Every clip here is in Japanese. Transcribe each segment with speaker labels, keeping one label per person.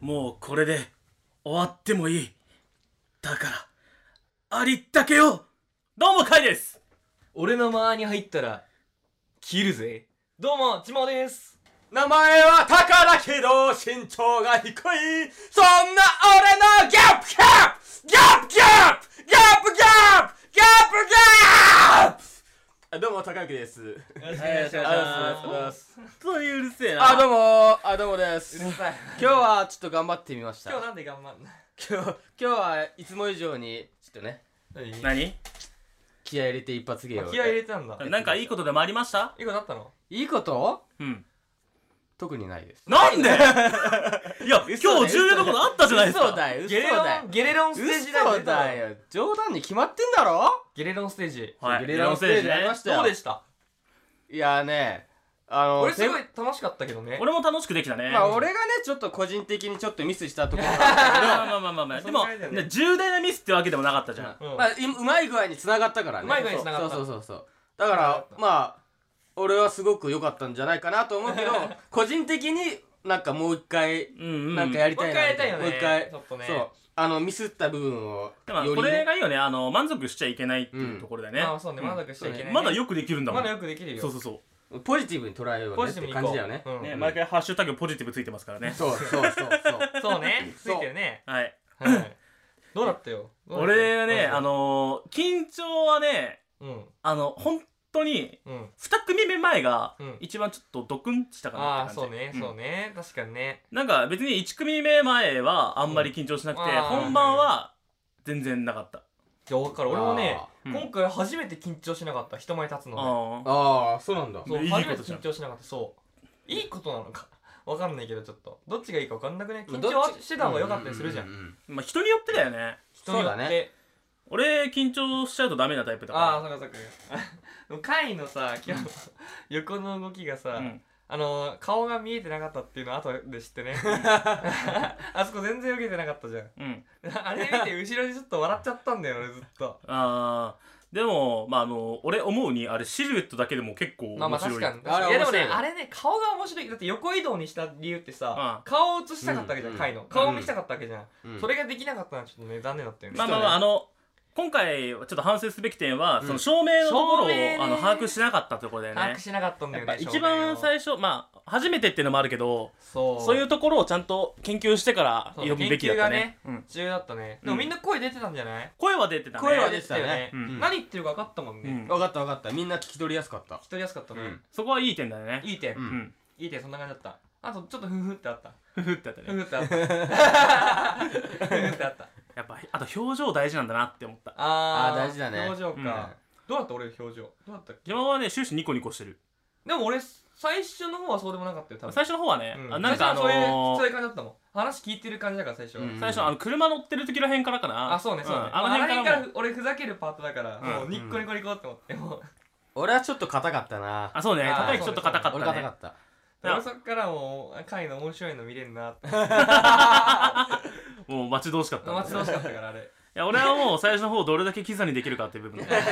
Speaker 1: もうこれで終わってもいい。だから、ありったけを
Speaker 2: どうも、カイです俺の間に入ったら、切るぜ。どうも、ちもです名前はタカだけど、身長が低いそんな俺のギャップギャップギャップギャップギャップギャップギャップギャップあどうも、高之です。
Speaker 3: よろしくお願いしま
Speaker 2: ます。
Speaker 1: そういううるせえな。
Speaker 3: あ、どうもあ、どうもです。今
Speaker 2: 今
Speaker 3: 日はちょっと頑張ってみました。
Speaker 2: 日
Speaker 3: 今
Speaker 2: なんで頑張んない
Speaker 3: 日、今日はいつも以上に、ちょっとね、
Speaker 2: 何
Speaker 1: 何
Speaker 3: 気合い入れて一発芸を。
Speaker 2: 気合い入れたんだ。
Speaker 1: なんかいいことでもありました
Speaker 2: いい子だったの
Speaker 3: いいこと
Speaker 1: うん。
Speaker 3: 特にないです。
Speaker 1: なん でいや、今日重要なことあったじゃないです
Speaker 3: 嘘
Speaker 1: か。
Speaker 3: だよ、嘘
Speaker 2: ゲレロ
Speaker 3: だよ
Speaker 2: ン、。ゲレロンステージだ
Speaker 3: 嘘だよ。冗談に決まってんだろ
Speaker 2: ゲレロンステージ。
Speaker 1: はい、
Speaker 3: ゲレラのステージありました
Speaker 2: どう
Speaker 3: よ
Speaker 2: で。した
Speaker 3: いやね、あの、
Speaker 2: 俺すご
Speaker 3: 先
Speaker 2: い楽しかったけどね。
Speaker 1: 俺も楽しくできたね。
Speaker 3: まあ俺がね、ちょっと個人的にちょっとミスしたところが
Speaker 1: まあまあまあまあまあ、で
Speaker 2: そんな
Speaker 1: も
Speaker 2: 感じだよね、
Speaker 1: ね重大なミスってわけでもなかったじゃん。
Speaker 2: うん
Speaker 3: まあ、いうまい具合に繋がったからね
Speaker 2: うまい具合に繋がった
Speaker 3: そうそうそうそうだからまあ俺はすごく良かったんじゃないかなと思う けど個人的になんかもう一回
Speaker 1: うんうん。
Speaker 3: なんかやり
Speaker 2: もう
Speaker 3: たいな
Speaker 2: 一回やりたいよね。
Speaker 3: もう一回
Speaker 2: ちょっとね。
Speaker 3: そうあのミスった部分を
Speaker 1: でも
Speaker 3: よ
Speaker 1: こ
Speaker 3: り
Speaker 1: れ
Speaker 3: ね
Speaker 1: がいいよね、あの、満足しちゃいけないっていうところだよね。
Speaker 2: ああ、そうね。満足しちゃいけない、ね
Speaker 1: まだよくできるんだも
Speaker 2: ま
Speaker 1: ん
Speaker 2: だ。よくできるよ。
Speaker 1: そうそうそ
Speaker 3: ポジティブに捉えよう
Speaker 2: ポ
Speaker 3: ねっ
Speaker 2: ジティブ
Speaker 3: て感
Speaker 2: に行こう。
Speaker 3: じだよね
Speaker 2: うん
Speaker 1: う。ね、毎回ハッシュタグポジティブついてますからね。
Speaker 3: そうそうそう そう
Speaker 2: そうね。つ
Speaker 3: そう
Speaker 2: いてるね。
Speaker 1: はい。
Speaker 2: はい。どうだったよ。どうだった
Speaker 1: 俺はね、あ
Speaker 2: の、
Speaker 1: のー、緊張はね、
Speaker 2: うん。
Speaker 1: あの、本当に、
Speaker 2: うん。
Speaker 1: 二組目前が
Speaker 2: うん、
Speaker 1: 一番ちょっとドクンしたかな
Speaker 2: あ
Speaker 1: っ
Speaker 2: あ、
Speaker 1: て
Speaker 2: そ
Speaker 1: 感
Speaker 2: う
Speaker 1: じ。
Speaker 2: ね。
Speaker 1: ん
Speaker 2: そうね。確かにね。
Speaker 1: なんか別に一組目前はあんまり緊張しなくて、
Speaker 2: うんあー
Speaker 1: 本番は全然なかった。
Speaker 2: いや、だから俺もね、
Speaker 1: うん
Speaker 2: 今回初めて緊張しなかった。人前立つのね。
Speaker 1: ああ。
Speaker 3: ああそうなんだ
Speaker 2: そう、
Speaker 1: いいこと
Speaker 2: 初
Speaker 1: じゃん
Speaker 2: めて緊張しなかった。そう。いいことなのか。 わかんないけど、ちょっと。どっちがいいかわかんなくね。緊張はしてた方が良かったりするじゃん。
Speaker 3: ん
Speaker 1: まあ人によってだよね。
Speaker 2: 人によっ
Speaker 3: そうだ
Speaker 2: て。
Speaker 1: 俺緊張しちゃうとダメなタイプだ
Speaker 2: ああ、
Speaker 1: か
Speaker 2: そうかそうか。 でも、貝のさ、今日、横の動きがさ、
Speaker 1: ら。うん。
Speaker 2: あのー、顔が見えてなかったっていうの後で知ってね。 あそこ全然受けてなかったじゃん。
Speaker 1: うん。
Speaker 2: あれ見て、後ろにちょっと笑っちゃったんだよ、俺ずっと。
Speaker 1: ああ。でも、まああの、俺思うに、あれシルエットだけでも結構
Speaker 2: まあま
Speaker 1: 面
Speaker 2: あ
Speaker 1: 白
Speaker 2: 確
Speaker 1: い。
Speaker 2: かに。
Speaker 3: あれ
Speaker 2: いやで
Speaker 3: 面
Speaker 2: も
Speaker 3: 白い
Speaker 2: ね、
Speaker 3: よ
Speaker 2: あれね、顔が面白い。だって横移動にした理由ってさ、
Speaker 1: う
Speaker 2: 顔を映したかったわけじゃん、
Speaker 3: うん
Speaker 2: 貝の。
Speaker 3: うん
Speaker 2: 顔を見せたかったわけじゃん。
Speaker 3: うん
Speaker 2: それができなかったのはちょっとね、残念だったよね。
Speaker 1: まあまあまあ、あの、今回、ちょっと反省すべき点は、その照明のところ
Speaker 2: 照明
Speaker 1: を、
Speaker 2: ね
Speaker 1: あの、把握しなかったところだよ
Speaker 2: 把
Speaker 1: ね
Speaker 2: 握。しなかったんだ
Speaker 1: やっ
Speaker 2: よ
Speaker 1: ぱ
Speaker 2: ね。
Speaker 1: 一番
Speaker 2: 初、
Speaker 1: 最初、まあ、初めてっていうのもあるけど、
Speaker 2: そう。
Speaker 1: そういうところをちゃんと研究してから
Speaker 2: そう
Speaker 1: 呼ぶべきだったね。うん
Speaker 2: 中だったね。でもみんな声出てたんじゃない
Speaker 1: 声は出てたね。
Speaker 2: 声は出てたよ
Speaker 3: 声は出
Speaker 2: ね
Speaker 1: う
Speaker 3: て。うんん
Speaker 2: 何言ってるか分かったもん
Speaker 1: う
Speaker 2: ね。
Speaker 1: ん
Speaker 3: わかったわかったみんな聞き取りやすかった
Speaker 2: 聞き取りやすかったね。
Speaker 3: うん
Speaker 1: そこはいい点だよね。
Speaker 2: いい点
Speaker 3: う。
Speaker 1: うんん。
Speaker 2: いい点、そんな感じだった。あと、ちょっとふふってあった。
Speaker 1: ふふってやった
Speaker 2: ふ
Speaker 1: ね。
Speaker 2: ふってあ った。ふふってあった。
Speaker 1: やっぱ、あと表情大事なんだなって思った。
Speaker 2: あ
Speaker 3: あー大事だね
Speaker 2: 表情
Speaker 1: うん
Speaker 2: か。どうだった俺の表情。どうだったっけ
Speaker 1: 山はね、終始ニコニコしてる。
Speaker 2: でも俺、最初の方はそうでもなかったよ、多分。
Speaker 1: 最初の方はね、
Speaker 2: うん
Speaker 1: あなんかあの
Speaker 2: 最初はそういう
Speaker 1: ー
Speaker 2: そういう感じだったもん。話聞いてる感じだから、最初は。
Speaker 3: うん
Speaker 1: 最初、あの、車乗ってる時らへんからかな。
Speaker 2: あ、そうね、そうね。
Speaker 1: ん
Speaker 2: あ
Speaker 1: あ
Speaker 2: の
Speaker 1: の
Speaker 2: 辺
Speaker 1: 辺
Speaker 2: から
Speaker 1: からも。
Speaker 2: 俺ふざけるパートだから、もう
Speaker 1: うん
Speaker 2: ニッコニコニコって思って、もう。
Speaker 3: 俺はちょっと硬かったな
Speaker 1: あ、そうね。
Speaker 2: あー
Speaker 1: 高いちょっと硬かった
Speaker 3: 俺
Speaker 1: ね。
Speaker 3: 硬かった
Speaker 1: うん
Speaker 2: 俺そっからもう、回の面白いの見れるなって。
Speaker 1: もう待ち遠しかった。
Speaker 2: 待ち遠しかったから、あれ。
Speaker 1: いや、俺はもう最初の方どれだけキザにできるかっていう部分だね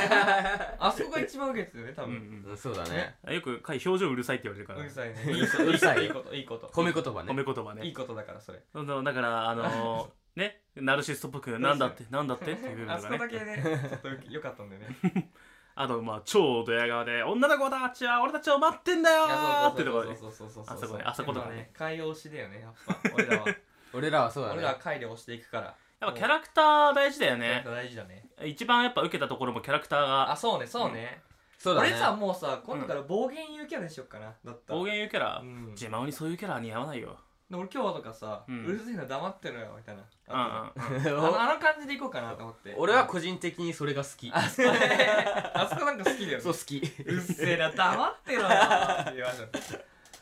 Speaker 2: あそこが一番受けてたよね、多
Speaker 1: うん
Speaker 2: 分。
Speaker 3: うんそうだね
Speaker 1: うんよく、回表情うるさいって言われるか
Speaker 2: う
Speaker 1: ら
Speaker 2: る
Speaker 1: ね。
Speaker 2: さい
Speaker 3: う
Speaker 2: ね。
Speaker 3: るさいうるさい
Speaker 2: いいこと、いいこと。
Speaker 3: 褒め言葉
Speaker 1: 褒
Speaker 3: ね
Speaker 1: め言葉
Speaker 2: い
Speaker 1: ね
Speaker 2: い。ことだから、それ。
Speaker 1: そうそうだから、あの ー、ね、ナルシストっぽく、なんだって、なんだってっていう部分
Speaker 2: あそこ
Speaker 1: が
Speaker 2: だ
Speaker 1: ね。
Speaker 2: けね、ちょっと良かったんだよね。
Speaker 1: あと、まあ、超ドヤ顔で、女の子たちは俺たちを待ってんだよーってところで。
Speaker 2: そうそうそうそう
Speaker 1: あそこねあそこだね
Speaker 2: まあ回押しだよねやっぱ俺らは
Speaker 3: 俺らはそうだね
Speaker 2: 俺らは回で押していくから
Speaker 1: やっぱキャラクター大事だよね。
Speaker 2: 大事だね
Speaker 1: 一番やっぱ受けたところもキャラクター
Speaker 2: あ
Speaker 1: が、
Speaker 2: そうねそうね
Speaker 3: そうだね
Speaker 2: 俺さもうさ今度から暴言言うキャラにしよっかなだったら
Speaker 1: 暴言言うキャラ
Speaker 2: う、ん
Speaker 1: 自慢にそういうキャラ似合わないよ。
Speaker 2: で俺今日とかさう
Speaker 1: うん
Speaker 2: るせえな黙ってろよみたいな
Speaker 1: うんうん
Speaker 2: あ。のあの感じでいこうかなと思って
Speaker 3: 俺は個人的にそれが好き
Speaker 2: あそこねあそこなんか好きだよね
Speaker 3: そう好き
Speaker 2: うるせえな黙ってろよって言われた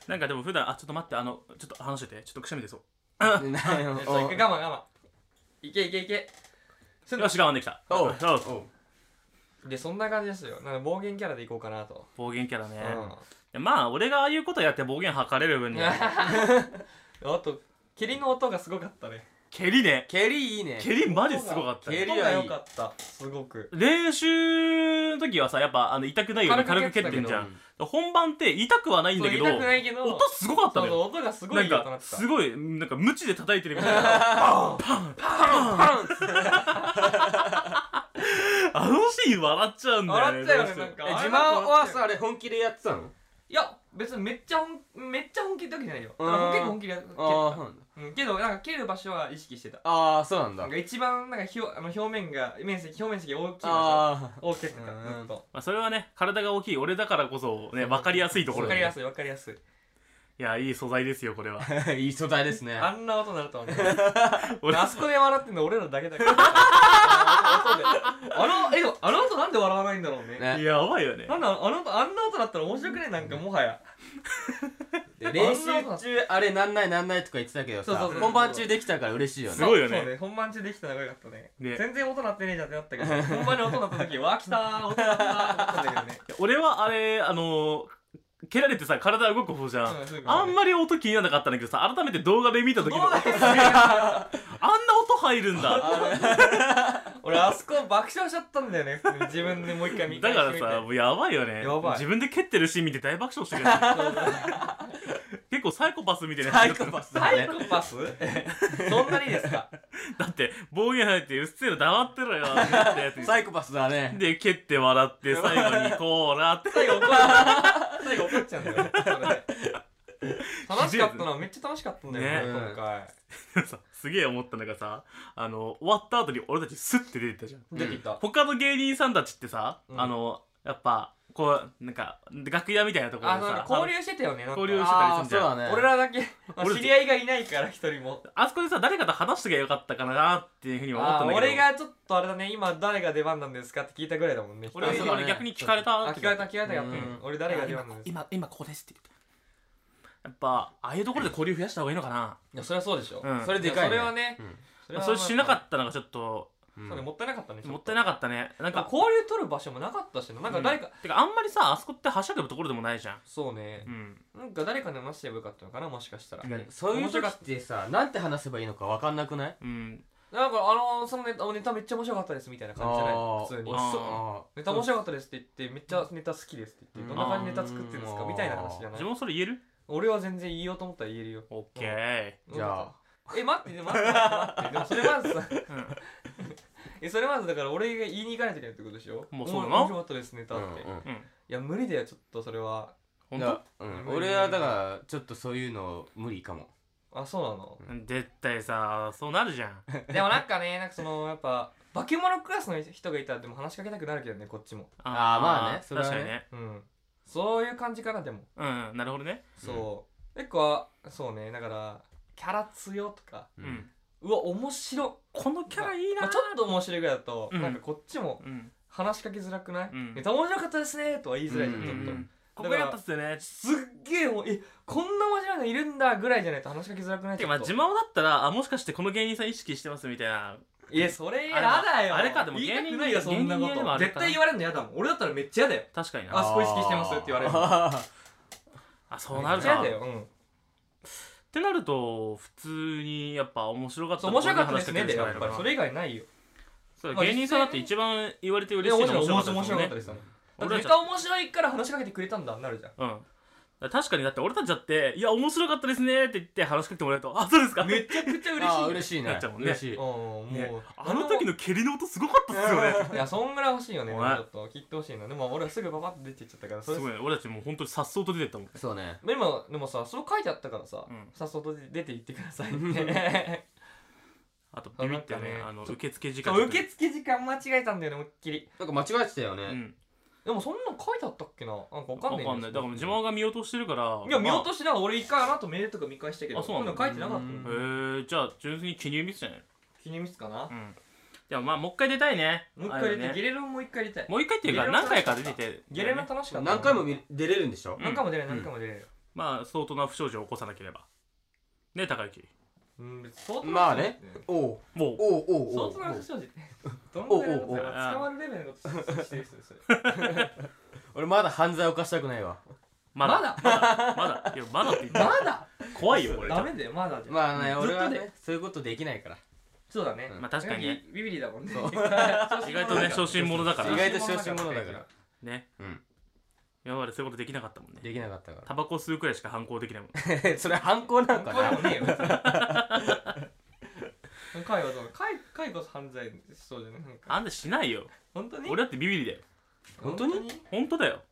Speaker 1: なんかでも普段、あ、ちょっと待って、あの、ちょっと話してて、ちょっとくしゃみ出そう。
Speaker 2: ちょっと一回我慢我慢いけいけいけうん
Speaker 1: よし、我慢できた。
Speaker 3: おう
Speaker 1: そう
Speaker 3: おう
Speaker 2: でそんな感じですよなんか暴言キャラでいこうかなと
Speaker 1: 暴言キャラね。
Speaker 2: うん
Speaker 1: まあ、俺がああ いうことやって暴言吐かれる分には、
Speaker 2: あと、霧の音がすごかったね。
Speaker 1: 蹴り ね
Speaker 3: 蹴りいいね
Speaker 1: 蹴りマジすごかった
Speaker 3: 蹴
Speaker 1: ね
Speaker 3: りはいい
Speaker 2: よかったすごく
Speaker 1: 練習の時はさやっぱあの痛くないように軽く蹴ってんじゃん本番って痛くはないんだけど
Speaker 2: そう痛くないけど
Speaker 1: 音すごかった
Speaker 2: そ
Speaker 1: の
Speaker 2: うそう
Speaker 1: よ
Speaker 2: 音がすご
Speaker 1: なん
Speaker 2: い良くな
Speaker 1: か
Speaker 2: った
Speaker 1: すごいなんか無知で叩いてるみたいなあのシーン笑っちゃうんだよね
Speaker 2: 笑っちゃうよ
Speaker 1: どし
Speaker 2: ね
Speaker 1: ても
Speaker 2: なんか
Speaker 3: え自慢はさあれ本気でやってたの
Speaker 2: いや別にめっちゃほんめっちゃ本気ってわけじゃないよ
Speaker 3: うん
Speaker 2: だから結構本気でや蹴っ
Speaker 3: あーそうなんだ
Speaker 2: た、うん、けどなんか蹴る場所は意識してた
Speaker 3: ああそうなんだ
Speaker 2: なんか一番なんかひょあの表面が面積表面積大きい場所
Speaker 3: あ
Speaker 2: を蹴ってた
Speaker 3: うん
Speaker 2: ずっと
Speaker 1: まあ、それはね体が大きい俺だからこそね分かりやすいところで
Speaker 2: わか
Speaker 1: ね
Speaker 2: りやすいわかりやすい
Speaker 1: いやいい素材ですよこ れは
Speaker 3: あ いい素材ですね
Speaker 2: あんな音になるとは 思う
Speaker 1: 俺
Speaker 2: あそこで笑ってんの俺らだけだからあの音であのえでもあの音なんで笑わないんだろうね
Speaker 3: ね
Speaker 1: やばいよね
Speaker 2: なんだあの音あんな音だったら面白くねなんかもはや
Speaker 3: で練習中あれなんないなんないとか言ってたけど
Speaker 2: そうそ
Speaker 3: さ
Speaker 2: うそう
Speaker 3: 本番中できたから嬉しいよ
Speaker 1: す
Speaker 3: ね
Speaker 1: ごいよね
Speaker 2: そうそう本番中できたのが良かったね
Speaker 1: ね
Speaker 2: 全然音鳴ってねえじゃんってなったけど 本番に音鳴った時わあ来たー音鳴ったーってなったんだ
Speaker 1: 俺はあれあのー蹴られてさ体動く方じゃん、
Speaker 2: うんそういうこと
Speaker 1: あんまり音気にならなかったんだけどさ改めて動画で見た
Speaker 2: け
Speaker 1: 時
Speaker 2: ど
Speaker 1: の
Speaker 2: ねどう
Speaker 1: あん
Speaker 2: だ
Speaker 1: な
Speaker 2: ったんだよ
Speaker 1: 音入るんだ
Speaker 2: 俺あそこ爆笑しちゃったんだよね普通に自分でもう一回見
Speaker 1: だ
Speaker 2: 返
Speaker 1: か
Speaker 2: して
Speaker 1: ら
Speaker 2: みて
Speaker 1: さもうやばいよね
Speaker 2: やばい
Speaker 1: 自分で蹴ってるシーン見て大爆笑してくれた 結構サイコパスみたいな
Speaker 3: サ
Speaker 1: や
Speaker 3: イ
Speaker 1: つだ
Speaker 3: コ
Speaker 1: った
Speaker 3: パス
Speaker 2: サ
Speaker 3: だ
Speaker 2: イ
Speaker 3: ね
Speaker 2: コ パスそんなにですか
Speaker 1: だって暴言入ってうっせえの黙ってろよってやつ
Speaker 3: サイコパスだね
Speaker 1: で蹴って笑って最後にこうなって
Speaker 2: 最後怒っちゃう最後怒っちゃうんだよねそれで楽しかったなめっちゃ楽しかったんだよね
Speaker 3: ね
Speaker 2: 今回
Speaker 1: さすげえ思ったのがさあの終わった後に俺たちスッて出てったじゃん
Speaker 2: 出てきた
Speaker 1: 他の芸人さんたちってさ、
Speaker 2: うん
Speaker 1: あのやっぱこうなんか楽屋みたいなところ
Speaker 2: あ
Speaker 1: でさ
Speaker 2: の交流してたよねなんか
Speaker 1: 交流
Speaker 3: ああそうだね
Speaker 2: 俺らだけ
Speaker 1: 俺ら
Speaker 2: 知り合いがいないから一人も
Speaker 1: あそこでさ誰かと話してきゃよかったかなっていうふうにも思ったんだけど
Speaker 2: あー俺がちょっとあれだね今誰が出番なんですかって聞いたぐらいだもんね
Speaker 1: 俺
Speaker 3: あ
Speaker 1: は
Speaker 3: そ
Speaker 1: そ
Speaker 3: うだ
Speaker 1: う
Speaker 3: ね
Speaker 1: 俺逆に聞かれた
Speaker 2: あ
Speaker 1: って
Speaker 2: 聞かれた聞かれたやっ
Speaker 3: う
Speaker 2: て
Speaker 3: ん
Speaker 2: 俺誰が出番なんですか
Speaker 1: 今今ここですって言ってやっぱああいうところで交流増やした方がいいのかな、
Speaker 2: いやそれはそうでしょ
Speaker 1: うん
Speaker 3: それでかいね
Speaker 2: それはね
Speaker 3: うん
Speaker 1: まあそれしなか
Speaker 2: った
Speaker 1: ったのがちょっと
Speaker 2: そうねもったいなかったね
Speaker 1: もったい
Speaker 2: な
Speaker 1: なかったねなん
Speaker 2: んか
Speaker 1: か
Speaker 2: 交流取る場所もなかったしななんか誰か
Speaker 1: てかあんまりさあそこってはしゃぐところでもないじゃん
Speaker 2: そうね
Speaker 1: うん
Speaker 2: なんか誰かに話してばよかったのかなもしかしたら
Speaker 1: うん
Speaker 3: そういう
Speaker 2: 面白
Speaker 3: 時
Speaker 2: か
Speaker 3: っ
Speaker 2: って
Speaker 3: さなんて話せばいいのかわかんなくない
Speaker 1: うん
Speaker 2: たなんかあのーそのネタネタめっちゃ面白かったですみたいな感じじゃない
Speaker 3: あー
Speaker 2: 普通に
Speaker 1: あー
Speaker 3: あ
Speaker 2: ネタ面白かったですって言ってめっちゃネタ好きですって言って
Speaker 1: うん
Speaker 2: どんな感じでネタ作ってるんですか
Speaker 3: うん
Speaker 2: みたいな話じゃない
Speaker 1: 自分もそれ言える
Speaker 2: 俺は全然言いようと思ったら言えるよ
Speaker 1: オッケー
Speaker 3: じゃあ
Speaker 2: え待って待って待ってでもそれまずさ
Speaker 1: うん
Speaker 2: えそれまずだから俺が言いに行かないといけないってことでしょ
Speaker 1: もうそうだな
Speaker 2: お面白かったですねだ
Speaker 3: う
Speaker 2: っ
Speaker 3: ん
Speaker 2: て、
Speaker 3: うん
Speaker 2: い
Speaker 1: うん
Speaker 2: や無理だよちょっとそれは
Speaker 1: 本
Speaker 3: だ
Speaker 1: 当
Speaker 3: うん俺はだからちょっとそういうの無理かも
Speaker 2: あそうなの、
Speaker 1: 絶対さそうなるじゃん
Speaker 2: でもなんかねなんかそのやっぱ化け物クラスの人がいたらでも話しかけたくなるけどねこっちも
Speaker 3: あーまあねそれは
Speaker 1: 確
Speaker 3: ね
Speaker 1: かにね
Speaker 2: うんそういう感じかなでも
Speaker 1: うんなるほどね
Speaker 2: そう、結構そうねだからキャラ強とか
Speaker 1: う、
Speaker 3: うんん
Speaker 2: うわ面白
Speaker 1: このキャラいいな
Speaker 2: まあ、ちょっと面白いぐらいだと、
Speaker 1: うん
Speaker 2: なんかこっちも
Speaker 1: うん、
Speaker 2: 話しかけづらくない、
Speaker 1: うん
Speaker 2: ネタ面白かったですねとは言いづらいじゃ
Speaker 3: う
Speaker 2: ん、
Speaker 3: ん
Speaker 2: ちょっと、
Speaker 1: うんここやったっすよね
Speaker 2: すっげえもうえこんな面白いのいるんだぐらいじゃないと話しかけづらくない
Speaker 1: てかまあ自
Speaker 2: ちょっ
Speaker 1: 慢だったらあもしかしてこの芸人さん意識してますみたいな
Speaker 2: といやそれやだよ
Speaker 1: あれかでも
Speaker 2: 言いた
Speaker 1: 芸
Speaker 2: く
Speaker 1: 人
Speaker 2: ないよそんなこ
Speaker 1: 芸人でもあるか
Speaker 2: と絶対言われるのやだもん俺だったらめっちゃやだよ
Speaker 1: 確かにな
Speaker 2: あ
Speaker 1: あ
Speaker 2: そこ意識してますって言われる
Speaker 3: あ
Speaker 1: そうな
Speaker 2: め
Speaker 1: る
Speaker 2: っちゃや
Speaker 1: なっ
Speaker 2: だようん
Speaker 1: てなると普通にやっぱ面白かった
Speaker 2: そう面白かったですね
Speaker 1: とこ
Speaker 2: で
Speaker 1: ろに話し
Speaker 2: やっぱ
Speaker 1: かけてくれるか
Speaker 2: りそ
Speaker 1: ら
Speaker 2: れ以外ないよ
Speaker 1: そう
Speaker 2: まあ
Speaker 1: 芸人さんだって一番言われて嬉しいの
Speaker 2: 面白
Speaker 1: 面白
Speaker 2: かった面白か
Speaker 1: かっ
Speaker 2: っ
Speaker 1: たた
Speaker 2: で
Speaker 1: ですす
Speaker 2: よ
Speaker 1: もん
Speaker 2: ね
Speaker 1: ね俺
Speaker 2: だってネ
Speaker 1: たちは
Speaker 2: タ面白いから話しかけてくれたんだなるじゃん
Speaker 1: うんだから確かにだって俺たちだって「いや面白かったですね」って言って話しかけてもらえると「あそうですか」
Speaker 2: めちゃくちゃ嬉しい
Speaker 3: あ
Speaker 2: よ
Speaker 3: 嬉しい
Speaker 1: な
Speaker 3: ね
Speaker 1: っちゃうもんね
Speaker 3: 嬉しい
Speaker 2: うんも
Speaker 1: ね
Speaker 2: う
Speaker 1: あの時の蹴りの音すごかったっすよね。
Speaker 2: いやそんぐらい欲しいよねち
Speaker 1: お
Speaker 2: ょ
Speaker 1: 前
Speaker 2: っと切ってほしいなでも俺はすぐパパって出てっちゃったからそ
Speaker 1: す
Speaker 2: れ
Speaker 1: ごい、俺たちもう本当にさっそうと出てったもん。
Speaker 3: そうね
Speaker 2: でもでもさそう書いてあったからさ
Speaker 1: うん
Speaker 2: さっそと出て行ってくださ いって
Speaker 1: あとビビったよね、
Speaker 2: あ
Speaker 1: あ
Speaker 2: な
Speaker 1: の
Speaker 2: んかね
Speaker 1: 受付時間。
Speaker 2: 受付時間間違えたんだよね思いっきり
Speaker 3: なんか間違えてたよ
Speaker 1: う
Speaker 3: ね
Speaker 1: ん。
Speaker 2: でもそんなん書いてあったっけななんかわ
Speaker 1: わ
Speaker 2: か
Speaker 1: か
Speaker 2: んない
Speaker 1: んない。だから自慢が見落としてるから。
Speaker 2: いや見落
Speaker 1: し
Speaker 2: としながら俺一回あの後メールとか見返したけど
Speaker 1: あそうなんだ
Speaker 2: の書いてなかった
Speaker 1: て
Speaker 2: の
Speaker 1: へえー、じゃあ純粋に記入ミスじゃない
Speaker 2: 記念ミスかな
Speaker 1: うん。でもまあもう一回出たいね。
Speaker 2: もう一回入れ
Speaker 1: あ
Speaker 2: て
Speaker 1: れね
Speaker 2: ゲレロンもう一回入れたい
Speaker 1: もう一回っていうか
Speaker 2: ゲレロ
Speaker 1: 何回か出てて。
Speaker 2: ゲレロン楽しかった
Speaker 3: 何回も見出れるんでしょ
Speaker 1: うん
Speaker 2: 何回も出れる
Speaker 3: うん
Speaker 2: 何回も出れる
Speaker 1: まあ相当な不祥事を起こさなければ。ね、高雪。
Speaker 2: うん別に相当な
Speaker 3: まあねおう
Speaker 1: もう。
Speaker 3: おうおうおう
Speaker 2: 相当な不祥事ってどんぐらいのことだよ
Speaker 1: おうおうおう
Speaker 2: 捕まるレベルのことしてる人ですよ
Speaker 3: 俺まだ犯罪を犯したくないわ
Speaker 1: まだまだまだいやまだって言っ
Speaker 2: ま
Speaker 1: た
Speaker 2: だ
Speaker 1: 怖いよこれ
Speaker 2: ダメだよまだじゃん
Speaker 3: まあね
Speaker 2: ずっと
Speaker 3: 俺は
Speaker 2: で
Speaker 3: ねそういうことできないから
Speaker 2: そうだね
Speaker 3: うん
Speaker 1: まあ確かにね
Speaker 2: ビビリだもんね
Speaker 1: 意 外とね小心者だから
Speaker 3: 意外と小心者だから
Speaker 1: ね
Speaker 3: うん
Speaker 1: 今までそういうことできなかったもんね
Speaker 3: できなかったか
Speaker 1: タバコ吸うくらいしか反抗できないもん
Speaker 3: らそれ犯 行なんか
Speaker 2: これ
Speaker 3: な
Speaker 2: もねえよ別に海はどう海海こそ犯罪しそうじゃないなんか
Speaker 1: あんたしないよ
Speaker 2: 本当に
Speaker 1: 俺だってビビリだよ
Speaker 3: 本当に
Speaker 1: 本当だよ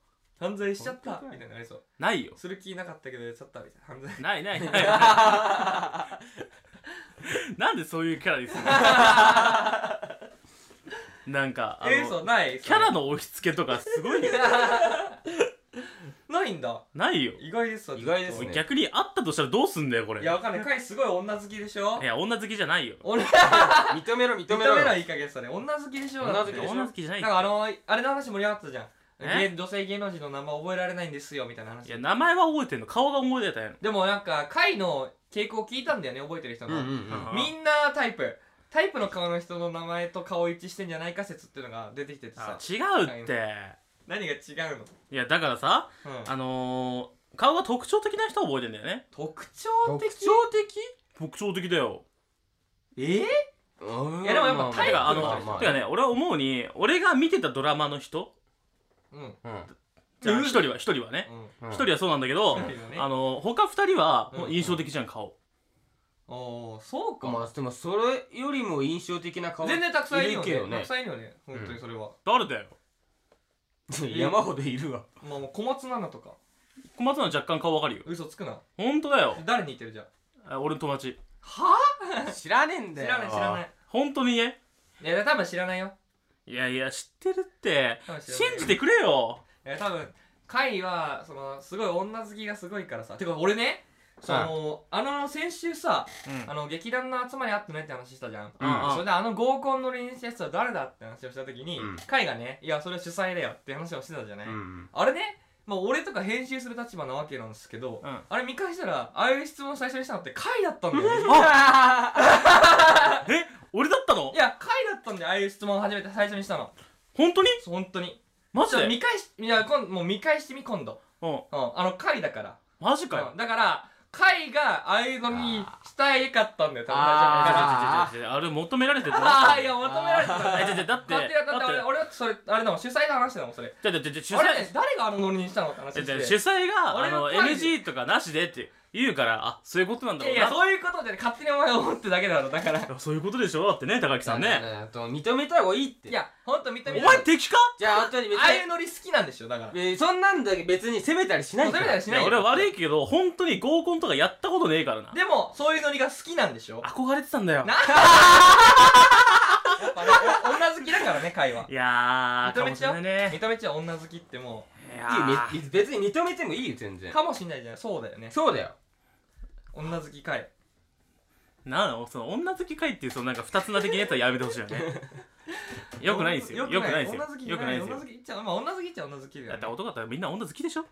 Speaker 2: 犯罪しちゃった
Speaker 3: 本当かい
Speaker 2: みたいなのありそう
Speaker 1: ないよ
Speaker 2: する気なかったけどやっちゃったみたいな犯罪
Speaker 1: ないないないなんでそういうキャラにするのなんかあの、
Speaker 2: えー、そうない
Speaker 1: キャラ
Speaker 2: の
Speaker 1: の押し付けとかすごいよ
Speaker 2: ないんだ
Speaker 1: ないよ
Speaker 2: 意外ですわ
Speaker 3: 意外です
Speaker 2: ちょっ
Speaker 3: ね
Speaker 1: 逆にあったとしたらどうすんだよこれい
Speaker 2: といや
Speaker 1: や
Speaker 2: わかんない海すごい女好きでしょ
Speaker 1: 女好きじゃないよ
Speaker 2: 俺
Speaker 3: 認めろ認
Speaker 2: 認
Speaker 3: め
Speaker 2: め
Speaker 3: ろ
Speaker 2: ろいい加減さね女好きでしょだって
Speaker 3: 女好きでしょ
Speaker 1: 女好きじゃない
Speaker 2: なんかあのあれの話盛り上がってたじゃん
Speaker 1: え
Speaker 2: 芸女性芸能人の名前覚えられないんですよみたいな話
Speaker 1: いや名前は覚えてんの顔が覚えてたやん
Speaker 2: でもなんか回の傾向聞いたんだよね覚えてる人
Speaker 3: うん
Speaker 2: の、
Speaker 3: うんうん
Speaker 1: あ
Speaker 2: みんなタイプタイプの顔の人の名前と顔一致してんじゃないか説っていうのが出てきててさ
Speaker 1: あ違うって
Speaker 2: 何が違うの、
Speaker 1: いやだからさ
Speaker 2: うん
Speaker 1: あのー、顔が特徴的な人は覚えてんだよね
Speaker 2: 特徴
Speaker 3: 特
Speaker 2: 的
Speaker 3: 徴的
Speaker 1: 特徴的だよ
Speaker 2: え
Speaker 3: うん
Speaker 2: いやでもやっぱ
Speaker 3: まあ
Speaker 2: タイ
Speaker 1: て
Speaker 2: プ
Speaker 1: かあの、
Speaker 3: まま
Speaker 1: てかね俺は思うに俺が見てたドラマの人
Speaker 2: うん
Speaker 3: うん
Speaker 1: じゃあ
Speaker 2: うん
Speaker 1: 一人は一人はね
Speaker 3: うん
Speaker 1: 一、人はそうなんだけど、
Speaker 2: 一人はね
Speaker 1: あの他二人はもう
Speaker 2: うん
Speaker 1: 印象的じゃん顔、
Speaker 2: うんおーそうか、
Speaker 3: まあでもそれよりも印象的な顔
Speaker 2: 全然たくさんいるよ
Speaker 3: る
Speaker 2: ね
Speaker 3: けど
Speaker 2: た
Speaker 3: ね
Speaker 2: くさんいるよね本当にそれは、
Speaker 1: 誰だよ
Speaker 3: 山ほどいるわ
Speaker 2: まあもう小松菜奈とか
Speaker 1: 小松菜若干顔わかるよ
Speaker 2: 嘘つくな
Speaker 1: 本当だよ
Speaker 2: 誰に似てるじゃん
Speaker 1: あ俺の友達
Speaker 2: は
Speaker 3: 知らねえん
Speaker 2: 知
Speaker 3: だよ
Speaker 2: らない知らないい
Speaker 1: 本当にね
Speaker 2: いや多分知らないよ
Speaker 1: いやいや知ってるって
Speaker 2: 多分知らない
Speaker 1: 信じてくれよ
Speaker 2: いや多分カイはそのすごい女好きがすごいからさてか俺ねそのあの先週さ
Speaker 1: うん
Speaker 2: あの劇団の集まりあってないって話したじゃん、
Speaker 1: うん
Speaker 2: それであの合コンの練習したやつは誰だって話をした時に、
Speaker 3: うん
Speaker 2: カイがねいやそれは主催だよって話をしてたじゃない、
Speaker 3: うん
Speaker 2: あれねまあ俺とか編集する立場なわけなんですけど、
Speaker 1: うん
Speaker 2: あれ見返したらああいう質問最初にしたのってカイだったんだよね、
Speaker 1: え俺だったの
Speaker 2: いやカイだったんでああいう質問を初めて最初にしたの
Speaker 1: 本当に
Speaker 2: そう本当に
Speaker 1: マジ
Speaker 2: ちょっと
Speaker 1: で
Speaker 2: 見返しいや今度もう見返してみ今度、
Speaker 1: うん
Speaker 2: うん、あの回だから
Speaker 1: マジかよ
Speaker 2: うんだから回がああいうのにしたいかったんだよ多分
Speaker 3: あ
Speaker 1: 違う違う違う違うあれ求められてる
Speaker 2: ああいや求められてたんだ
Speaker 1: え
Speaker 2: よ
Speaker 1: 違う違うだって
Speaker 2: だってだって俺
Speaker 1: だ
Speaker 2: 俺はそれあれだもん主催が話してたもんそれ
Speaker 1: って違う違う違う主
Speaker 2: あれ
Speaker 1: 催
Speaker 2: 誰があのノリにしたのって話
Speaker 1: 違う
Speaker 2: して
Speaker 1: 違う主催があ
Speaker 2: 俺の
Speaker 1: の
Speaker 2: 会議
Speaker 1: NG とかなしでって言うからあそういうことなんだ
Speaker 2: いや
Speaker 1: ろう
Speaker 2: いや
Speaker 1: な
Speaker 2: そういうことで勝手にお前が思ってだけだろだからい
Speaker 1: あそういうことでしょだってね高木さんね
Speaker 3: あと認めた方がいいって
Speaker 2: やほんと認
Speaker 1: お
Speaker 2: め
Speaker 1: 前敵か
Speaker 3: じゃあ本当に別
Speaker 2: ああいうノリ好きなんでしょだから
Speaker 3: にえーそんなんだけ別に責めたりしない
Speaker 2: それだよし
Speaker 1: い
Speaker 2: ない
Speaker 1: や
Speaker 2: よ
Speaker 1: 俺悪いけど本当に合コンとかやったことねえからな
Speaker 2: でもそういうノリが好きなんでしょ
Speaker 1: 憧れてたんだよ
Speaker 2: なやっぱねお女好きだからね会はい
Speaker 1: やー
Speaker 2: 認
Speaker 1: か
Speaker 2: め
Speaker 1: もし
Speaker 2: ちゃ
Speaker 1: れな
Speaker 2: う
Speaker 1: いね
Speaker 2: 認めちゃう女好きっても
Speaker 1: いやー
Speaker 3: いいよ別に認めてもいいよ全
Speaker 2: う
Speaker 3: 然
Speaker 2: かもしんないじゃないそうだよね
Speaker 3: そうだよ
Speaker 2: 女好き会
Speaker 1: なのその女好き会っていうそのなんか二つ名的なやつはやめてほしいよねよくないですよよくないですよ
Speaker 2: 女好き
Speaker 1: よくないです
Speaker 2: 女
Speaker 1: よ
Speaker 2: 好きっちゃまあ女好きっちゃ女好き
Speaker 1: だ
Speaker 2: だよ
Speaker 1: って
Speaker 2: ね
Speaker 1: 男だったらみんな女好きでしょ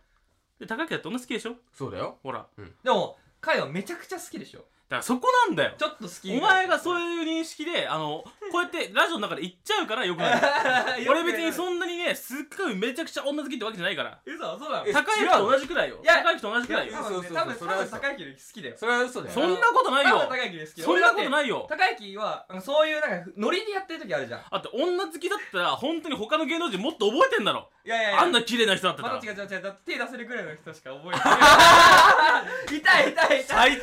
Speaker 1: で高木だって女好きでしょ
Speaker 3: そうだよ
Speaker 1: ほらだか
Speaker 2: でも会はめちゃくちゃ好きでしょ
Speaker 1: らそこなんだよ
Speaker 2: ちょっと好き
Speaker 1: お前がそう
Speaker 2: いう
Speaker 1: いう認識であのこうやってラジオの中で言っちゃうからよく ない俺別にそんなにねすっごいめちゃくちゃ女好きってわけじゃないから
Speaker 2: 嘘そうなの
Speaker 3: え
Speaker 1: 高木と同じくらいよ
Speaker 2: 違うの
Speaker 1: 高木と同じくらいよ
Speaker 3: やそうそうそう
Speaker 2: 多分
Speaker 3: それは
Speaker 2: 多分
Speaker 3: 嘘
Speaker 2: 高雪より好きだよ
Speaker 3: それは嘘だよ
Speaker 1: そんなことない
Speaker 2: 多分
Speaker 1: よ
Speaker 2: 高雪より好き
Speaker 1: そんなこと
Speaker 2: い
Speaker 1: ないよ
Speaker 2: 高雪はなんかそういうなんかノリでやってる時あるじゃん
Speaker 1: だって女好きだったら本当に他の芸能人もっと覚えてんだろ
Speaker 2: いやいやいや
Speaker 1: あんな綺麗な人だった
Speaker 2: ま
Speaker 1: ら
Speaker 2: た違う違う違うだって手出せるぐらいの人しか覚えてない痛い痛い痛い
Speaker 3: 最低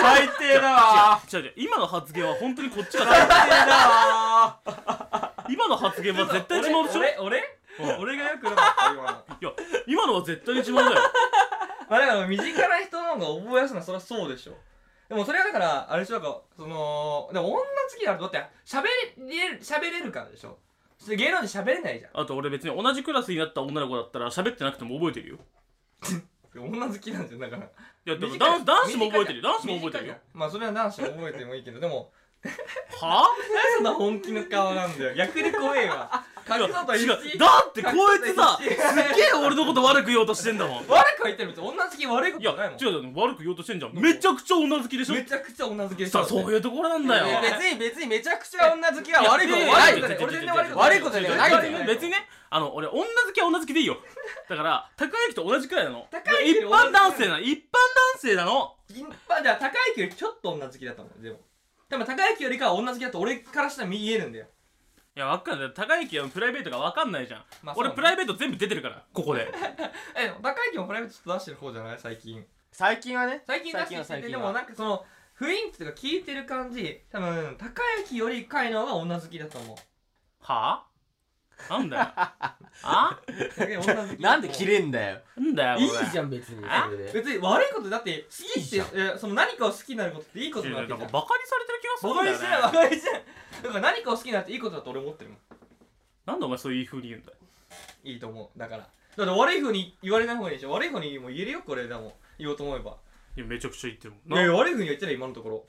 Speaker 3: 最低だわ
Speaker 1: 違う違う今の発言は本当にこっちが正し
Speaker 3: 最低だわ
Speaker 1: い今の発言は絶対自慢でしょ
Speaker 2: 俺俺俺俺がよくなかった今の
Speaker 1: いや今のは絶対に自慢だよ
Speaker 2: まあだから身近な人の方が覚えやすいのはそれはそうでしょでもそれはだからあれでしょだからそのでも女好きだとだって喋れる喋れるからでしょそして芸能人喋れないじゃん
Speaker 1: あと俺別に同じクラスになった女の子だったら喋ってなくても覚えてるよ
Speaker 2: 女好きなんですよだから
Speaker 1: いやでも
Speaker 2: 短い
Speaker 1: 男男子も覚えてるよ男子も覚えてる
Speaker 2: 短いじゃ
Speaker 1: よ
Speaker 2: んまあそれは男子も覚えてもいいけどでも
Speaker 1: は
Speaker 2: 何そんな本気の顔なんだよ逆に怖えわ
Speaker 1: いや
Speaker 2: 隠そうと
Speaker 1: 違
Speaker 2: 必
Speaker 1: う
Speaker 2: 死
Speaker 1: だってこいつさすげえ俺のこと悪く言おうとしてんだもんい
Speaker 2: 悪くは言ってる別に女好き悪いこと
Speaker 1: や
Speaker 2: はないもん
Speaker 1: 違う違う悪く言おうとしてんじゃんめちゃくちゃ女好きでしょ
Speaker 2: めちゃくちゃ女好きでし
Speaker 1: さ
Speaker 2: ょ
Speaker 1: あそう
Speaker 2: う
Speaker 1: いうところなんだよ
Speaker 3: いや
Speaker 2: 別に別にめちゃくちゃ女好きは悪いこと
Speaker 1: いや
Speaker 2: 悪い
Speaker 1: い
Speaker 2: こ
Speaker 1: や
Speaker 2: と
Speaker 1: いや
Speaker 2: 俺全然悪いこと
Speaker 3: 悪いことじゃない
Speaker 1: 別にね別にねあの俺女好きは女好きでいいよだから高之と同じくらいなの
Speaker 2: 高之
Speaker 1: 一
Speaker 2: より
Speaker 1: 般男性なの一般男性なの
Speaker 2: 銀まあじゃあ高いよりちょっと女好きだったもんでもでも高いよりかは女好きだと俺からしたら見えるんだよ
Speaker 1: いやわかんない高之のプライベートがわかんないじゃん、
Speaker 2: まあ
Speaker 1: 俺
Speaker 2: そうね
Speaker 1: プライベート全部出てるからここで
Speaker 2: えでも高いよもプライベートちょっと出してる方じゃない最近
Speaker 3: 最近はね
Speaker 2: 最近出してきて
Speaker 3: 最
Speaker 2: て
Speaker 3: 近
Speaker 2: で
Speaker 3: は
Speaker 2: もなんかその雰囲気とか聞いてる感じ多分高雪よりかいの方が女好きだと思う
Speaker 1: はあなんだよあ
Speaker 3: なんで切
Speaker 2: れ
Speaker 3: れんだよ
Speaker 1: なんだよ
Speaker 3: いい
Speaker 1: これ
Speaker 3: じゃん別に
Speaker 1: あ
Speaker 3: それで
Speaker 2: 別に悪いことだって好きって
Speaker 3: いいじゃん
Speaker 2: いやその何かを好きになることっていいこと
Speaker 1: い
Speaker 2: な
Speaker 1: や
Speaker 2: わ
Speaker 1: な
Speaker 2: け
Speaker 1: ん
Speaker 2: じ
Speaker 1: か
Speaker 2: ゃん
Speaker 1: バカにされてる気がするんだ
Speaker 2: バカ
Speaker 1: よ
Speaker 2: にしてな
Speaker 1: ね
Speaker 2: いバカにしてないだから何かを好きになるっていいことだと俺思ってるもん
Speaker 1: なんでお前そういう風に言うんだよ
Speaker 2: いいと思うだからだって悪い風に言われない方がいいでしょ悪い方にも言えるよこれでも言おうと思えば
Speaker 1: いやめちゃくちゃ言ってるもん
Speaker 2: いやいや悪い風には言ってない今のところ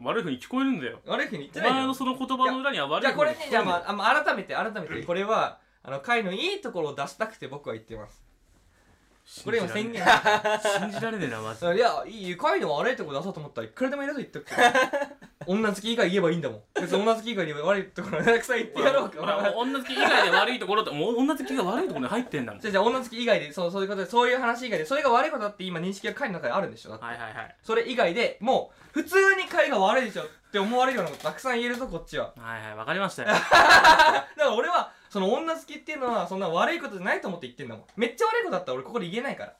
Speaker 1: 悪い風に聞こえるんだよ
Speaker 2: 悪い風に言っ
Speaker 1: お
Speaker 2: てない
Speaker 1: 前
Speaker 2: よ
Speaker 1: のその言葉の裏には悪
Speaker 2: じ
Speaker 1: い
Speaker 2: ゃあこれ
Speaker 1: 風
Speaker 2: ね
Speaker 1: に聞こえるんだ
Speaker 2: じ
Speaker 1: よ
Speaker 2: ゃあまああまあ改めて改めてこれはあの会のいいところを出したくて僕は言って ますこれ今宣言
Speaker 1: 信じられねえなマジで
Speaker 2: いやいい会の悪いところ出そうと思ったらいくらでもいると言っとくけど女好き以外言えばいいんだもん別に女好き以外に悪いところはたくさん言ってやろう
Speaker 1: 俺は
Speaker 2: か
Speaker 1: もう女好き以外で悪いところってもう女好きが悪いところに入ってんだも ん
Speaker 2: じゃあじゃあ女好き以外でそうそういうことでそういう話以外でそれが悪いことだって今認識が会の中であるんでしょだって
Speaker 1: はいはいはい
Speaker 2: それ以外でもう普通に会が悪いでしょって思われるようなことたくさん言えるぞこっちは
Speaker 1: はいはいわかりま したよ
Speaker 2: だから俺はその女好きっていうのはそんな悪いことじゃないと思って言ってんだもんめっちゃ悪いことだったら俺ここで言えないから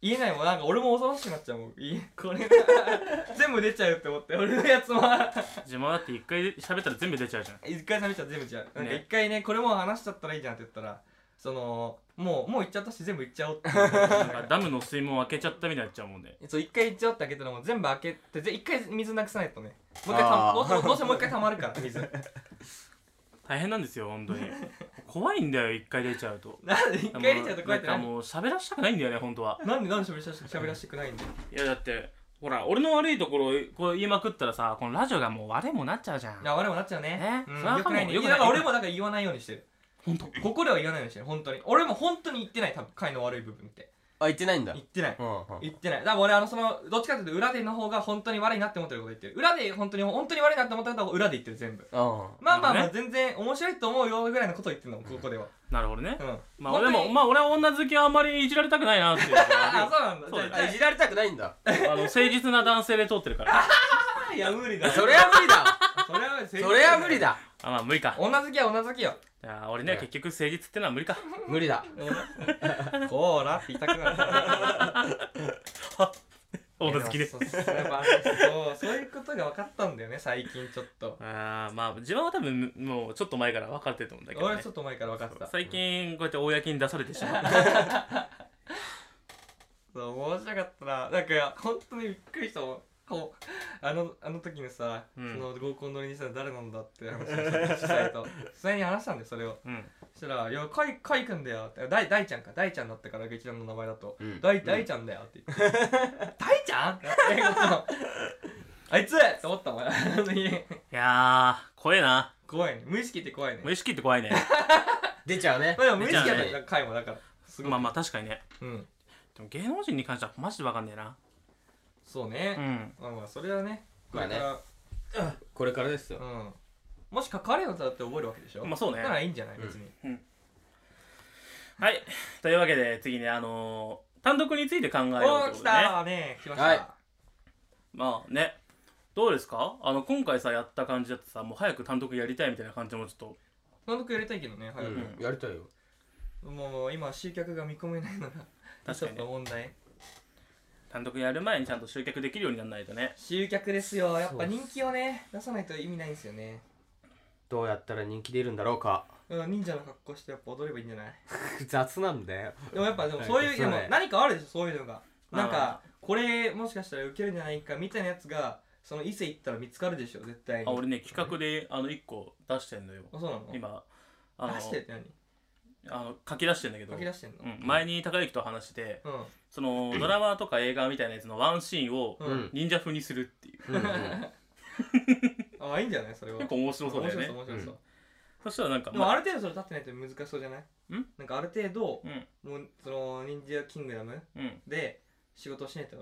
Speaker 2: 言えないもんなんか俺も恐ろしくなっちゃうもんいいこれが全部出ちゃうって思って俺のやつも
Speaker 1: 自分はだって一回喋ったら全部出ちゃうじゃん
Speaker 2: 一回冷めちゃう全部違うなんか
Speaker 1: ね
Speaker 2: 一回ねこれもう話しちゃったらいいじゃんって言ったらそのもうもう言っちゃったし全部言っちゃおうって
Speaker 1: なんかダムの水門開けちゃったみたいになっちゃうもんね
Speaker 2: そう一回言っちゃおうって開けたらもう全部開けてぜ一回水なくさないとねもう一回た
Speaker 3: あー
Speaker 2: どうせどうせもう一回溜まるから水
Speaker 1: 大変なんですよ本当に 怖いんだよ一回出ちゃうと
Speaker 2: なんで一回入れちゃうとこうやって
Speaker 1: な
Speaker 2: なん
Speaker 1: かもう喋らしたくないんだよね本当は
Speaker 2: なんでなんで喋らし喋らしてくないんだよ
Speaker 1: いやだってほら俺の悪いところをこう言いまくったらさこのラジオがもう悪いもんなっちゃうじゃん
Speaker 2: いや悪いもなっちゃうね
Speaker 1: ね
Speaker 2: うん、
Speaker 1: それは
Speaker 2: よくない
Speaker 1: も
Speaker 2: ね
Speaker 1: うよくない
Speaker 2: やだから俺もだから言わないようにしてる
Speaker 1: 本当
Speaker 2: ここでは言わないようにしてる本当に俺も本当に言ってない多分会の悪い部分って
Speaker 3: あ言ってないんだ
Speaker 2: 言ってない
Speaker 3: うんうん
Speaker 2: 言ってないだから俺あのそのどっちかというと裏での方が本当に悪いなって思ってること言ってる裏で本当に本当に悪いなって思ったことは裏で言ってる全部
Speaker 3: うん
Speaker 2: まあまあま
Speaker 1: な
Speaker 2: あ
Speaker 1: る
Speaker 2: 全然面白いと思うよぐらいのことを言ってるのここでは
Speaker 1: なるほどね
Speaker 2: うん
Speaker 1: まあ俺も
Speaker 2: 本
Speaker 1: まあ俺は女好きはあんまりいじられたくないなっていうの
Speaker 2: 当にあ
Speaker 1: が
Speaker 2: そうなんだ
Speaker 1: そうだよ
Speaker 2: じゃあ
Speaker 3: あいじられたくないんだ
Speaker 1: あの誠実な男性で通ってるから
Speaker 2: いや無理だ
Speaker 3: それは無理だ
Speaker 2: それはそ
Speaker 3: それは無理
Speaker 2: だ
Speaker 3: だ
Speaker 1: あまあ無理か
Speaker 2: 女好きは女好きよ
Speaker 1: じゃあ俺ね
Speaker 3: うん
Speaker 1: 結局誠実ってのは無理か
Speaker 3: 無理だ
Speaker 2: こーらって言いたくなる
Speaker 1: 女好きで
Speaker 2: そうそうそうやっぱそうそういうことが分かったんだよね最近ちょっと
Speaker 1: あーまあ自分は多分もうちょっと前から分かってると思うんだけど、
Speaker 2: 俺
Speaker 1: ね、
Speaker 2: はちょっと前から分かってた
Speaker 1: 最近こうやって公に出されてしまう
Speaker 2: そう面白かったななんか本当にびっくりしたもんこうあのあの時のさ、
Speaker 1: うん
Speaker 2: その合コン乗りにしたら誰なんだって話をした主催と主催に話したんだよそれを
Speaker 1: うん
Speaker 2: そしたら「いやかいかいくんだよ」って「だい大ちゃんか大ちゃんだったから劇団の名前だと
Speaker 3: うん
Speaker 2: 大大ちゃんだよ」って言って「大ちゃん?」ってなってそうあいつ!」って思ったもん あの家
Speaker 1: いやー怖えな
Speaker 2: 怖いね無意識って怖いね
Speaker 1: 無意識って怖いね
Speaker 3: 出ちゃうね
Speaker 2: まあでも無意
Speaker 1: じゃあね
Speaker 2: 識だったら回もだからすごい、
Speaker 1: まあまあ確かにね
Speaker 2: うん
Speaker 1: でも芸能人に関してはマジで分かんねえな
Speaker 2: そうね
Speaker 1: う、ん
Speaker 2: まあまあそれはねこ
Speaker 3: まあ
Speaker 2: れ
Speaker 3: ね
Speaker 2: から、
Speaker 3: これからですよ
Speaker 2: うんもし関われようとだって覚えるわけでしょ
Speaker 1: まあそうね
Speaker 2: ならいいんじゃない別に、
Speaker 1: はいというわけで次ねあのー、単独について考えようという
Speaker 2: お
Speaker 1: こ
Speaker 2: ー
Speaker 1: と
Speaker 2: 来
Speaker 1: で
Speaker 2: た
Speaker 1: ね
Speaker 2: ーね来ました、
Speaker 3: はい
Speaker 1: まあねどうですかあの今回さやった感じだとさもう早く単独やりたいみたいな感じもちょっと
Speaker 2: 単独やりたいけどね
Speaker 3: う
Speaker 2: 早く、
Speaker 3: んやりたいよ
Speaker 2: もう今集客が見込めないのが
Speaker 1: 確
Speaker 2: ち
Speaker 1: か
Speaker 2: ょっ
Speaker 1: にね
Speaker 2: と問題
Speaker 1: 単独やる前にちゃんと集客できるようにならないとね
Speaker 2: 集客ですよやっ
Speaker 3: そう
Speaker 2: ぱ
Speaker 3: っす
Speaker 2: 人気をね出さないと意味ないんですよね
Speaker 3: どうやったら人気出るんだろうか
Speaker 2: うん、忍者の格好してやっぱ踊ればいいんじゃない
Speaker 3: 雑なんだよ
Speaker 2: でもやっぱでもそういう、
Speaker 3: はい
Speaker 2: でも
Speaker 3: そうね
Speaker 2: 何かあるでしょそういうのが
Speaker 1: まあ
Speaker 2: なんかこれもしかしたらウケるんじゃないかみたいなやつがその伊勢行ったら見つかるでしょ絶対に
Speaker 1: あ俺ね企画であの1個出してんのよ
Speaker 2: あそうなの
Speaker 1: 今あの
Speaker 2: 出してって何
Speaker 1: あの書き出してんだけど
Speaker 2: 書き出してんの
Speaker 1: うん、前に高之と話してて
Speaker 2: うん
Speaker 1: そのドラマとか映画みたいなやつのワンシーンを
Speaker 2: うん
Speaker 3: うん
Speaker 1: 忍者風にするっていう、
Speaker 3: うんうん
Speaker 2: あいいんじゃないそれは
Speaker 1: 結構面白そうだよ
Speaker 2: 面白
Speaker 1: ね
Speaker 2: そう面白そう、
Speaker 1: そしたらなんか
Speaker 2: でも
Speaker 1: ま
Speaker 2: あ
Speaker 1: あ
Speaker 2: る程度それ立ってないと難しそうじゃない
Speaker 1: ん
Speaker 2: なんかある程度
Speaker 1: う、ん
Speaker 2: もうその忍者キングダム
Speaker 1: うん
Speaker 2: で仕事をしないと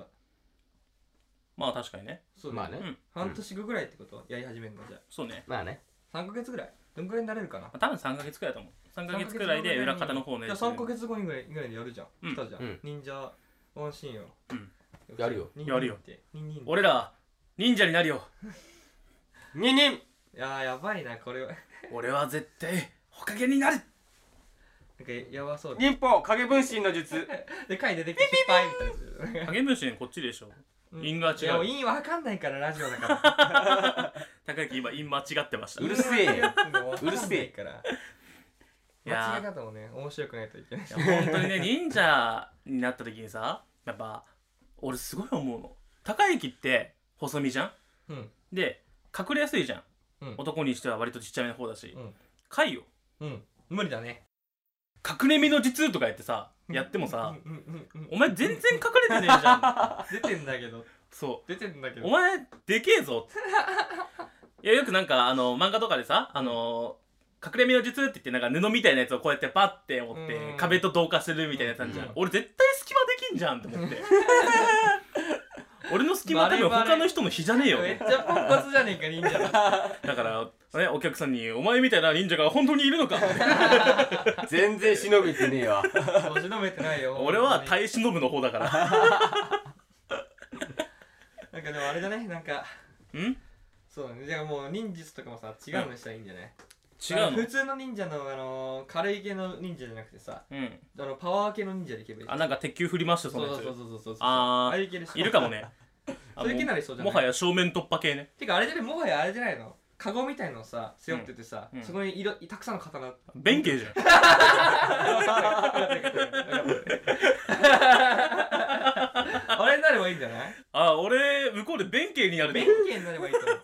Speaker 1: まあ確かにね
Speaker 2: そうだ
Speaker 3: まあ
Speaker 2: よ
Speaker 3: ね、
Speaker 1: うん
Speaker 2: 半年後ぐらいってことやり始めるのじゃ
Speaker 1: そうね
Speaker 3: まあね
Speaker 2: あ3ヶ月ぐらいどんぐらいになれるかな
Speaker 1: まあ多分3ヶ月くらいだと思う3ヶ月くらいで裏方の方ね
Speaker 2: じゃあ3ヶ月後にぐらいぐらいでやるじゃん、
Speaker 1: うん
Speaker 2: 来たじゃん、
Speaker 3: うん
Speaker 2: 忍者ワンシーンを、
Speaker 1: うん
Speaker 3: やるよ
Speaker 2: 忍
Speaker 1: やるよ
Speaker 2: って忍忍って
Speaker 1: 俺ら忍者になるよ
Speaker 3: ににん
Speaker 2: いやーやばいなこれはなんか
Speaker 1: 俺は絶対ほかげになる
Speaker 2: やばそうで
Speaker 3: 忍法影分身の術
Speaker 2: で回出てきて失敗みたいなやつ
Speaker 1: 影分身こっちでしょ
Speaker 2: うん
Speaker 1: 因が違う
Speaker 2: いやもう因わかんないからラジオ だから
Speaker 1: 高木今因間違ってました
Speaker 3: うるせえよ
Speaker 2: 因 わかんないやつも
Speaker 3: うるせえ
Speaker 2: わかんない
Speaker 1: い
Speaker 2: から間違
Speaker 1: や
Speaker 2: い方もね面白くないといけない
Speaker 1: いや本当にね忍者になった時にさやっぱ俺すごい思うの高い木って細身じゃん
Speaker 2: うん
Speaker 1: で隠れやすいじゃん、
Speaker 2: うん
Speaker 1: 男にしては割とちっちゃめの方だし
Speaker 2: うん
Speaker 1: 貝よ
Speaker 2: うん無理だね
Speaker 1: 隠れ身の実とかやってさやってもさ、
Speaker 2: うんうんうんうん
Speaker 1: お前全然隠れてねえじ ゃん
Speaker 2: 出てんだけど
Speaker 1: そ
Speaker 2: 出てんだけ
Speaker 1: う
Speaker 2: ど
Speaker 1: お前でけえ ぞいやよくなんかあの漫画とかでさあの隠れ身の術って言ってなんか布みたいなやつをこうやってパッて持って
Speaker 2: うん
Speaker 1: 壁と同化するみたいなやつあんじゃん、
Speaker 2: うん
Speaker 1: 俺絶対隙間できんじゃんって思って 俺の隙間多分
Speaker 2: バレバレ
Speaker 1: 他の人の比じゃねえよ
Speaker 2: めっちゃポンコツじゃねえか忍者だ
Speaker 1: だから、ね、お客さんに「お前みたいな忍者が本当にいるのか?」
Speaker 3: 全然忍びてねえわ
Speaker 2: もしのめてないよ
Speaker 1: 俺は耐え忍ぶの方だから
Speaker 2: なんかでもあれだねなんか
Speaker 1: ん違う
Speaker 2: そうだねじゃあもう忍術とかもさ違うのしたらいいんじゃない普
Speaker 1: の
Speaker 2: 通の忍者のあのー軽い系の忍者じゃなくてさ
Speaker 1: うん
Speaker 2: あのパワー系の忍者でいけばいい
Speaker 1: あなんか鉄球振りました
Speaker 2: そ
Speaker 1: そうの
Speaker 2: そ
Speaker 1: や
Speaker 2: うそう
Speaker 1: つ
Speaker 2: そうそうそう
Speaker 1: あー
Speaker 2: あれいけるし
Speaker 1: いるかもねあ
Speaker 2: そういう系になりそう
Speaker 1: も
Speaker 2: じ
Speaker 1: も
Speaker 2: ゃない
Speaker 1: はや正面突破系ね
Speaker 2: てかあれじゃねもはやあれじゃないのカゴみたいのをさ背負っててさ、
Speaker 1: うんうん
Speaker 2: そこにいろたくさんの 刀
Speaker 1: 弁慶じゃん
Speaker 2: あれになればいいんじゃない
Speaker 1: あ俺向こうで弁慶になる
Speaker 2: 弁慶になればいいと思う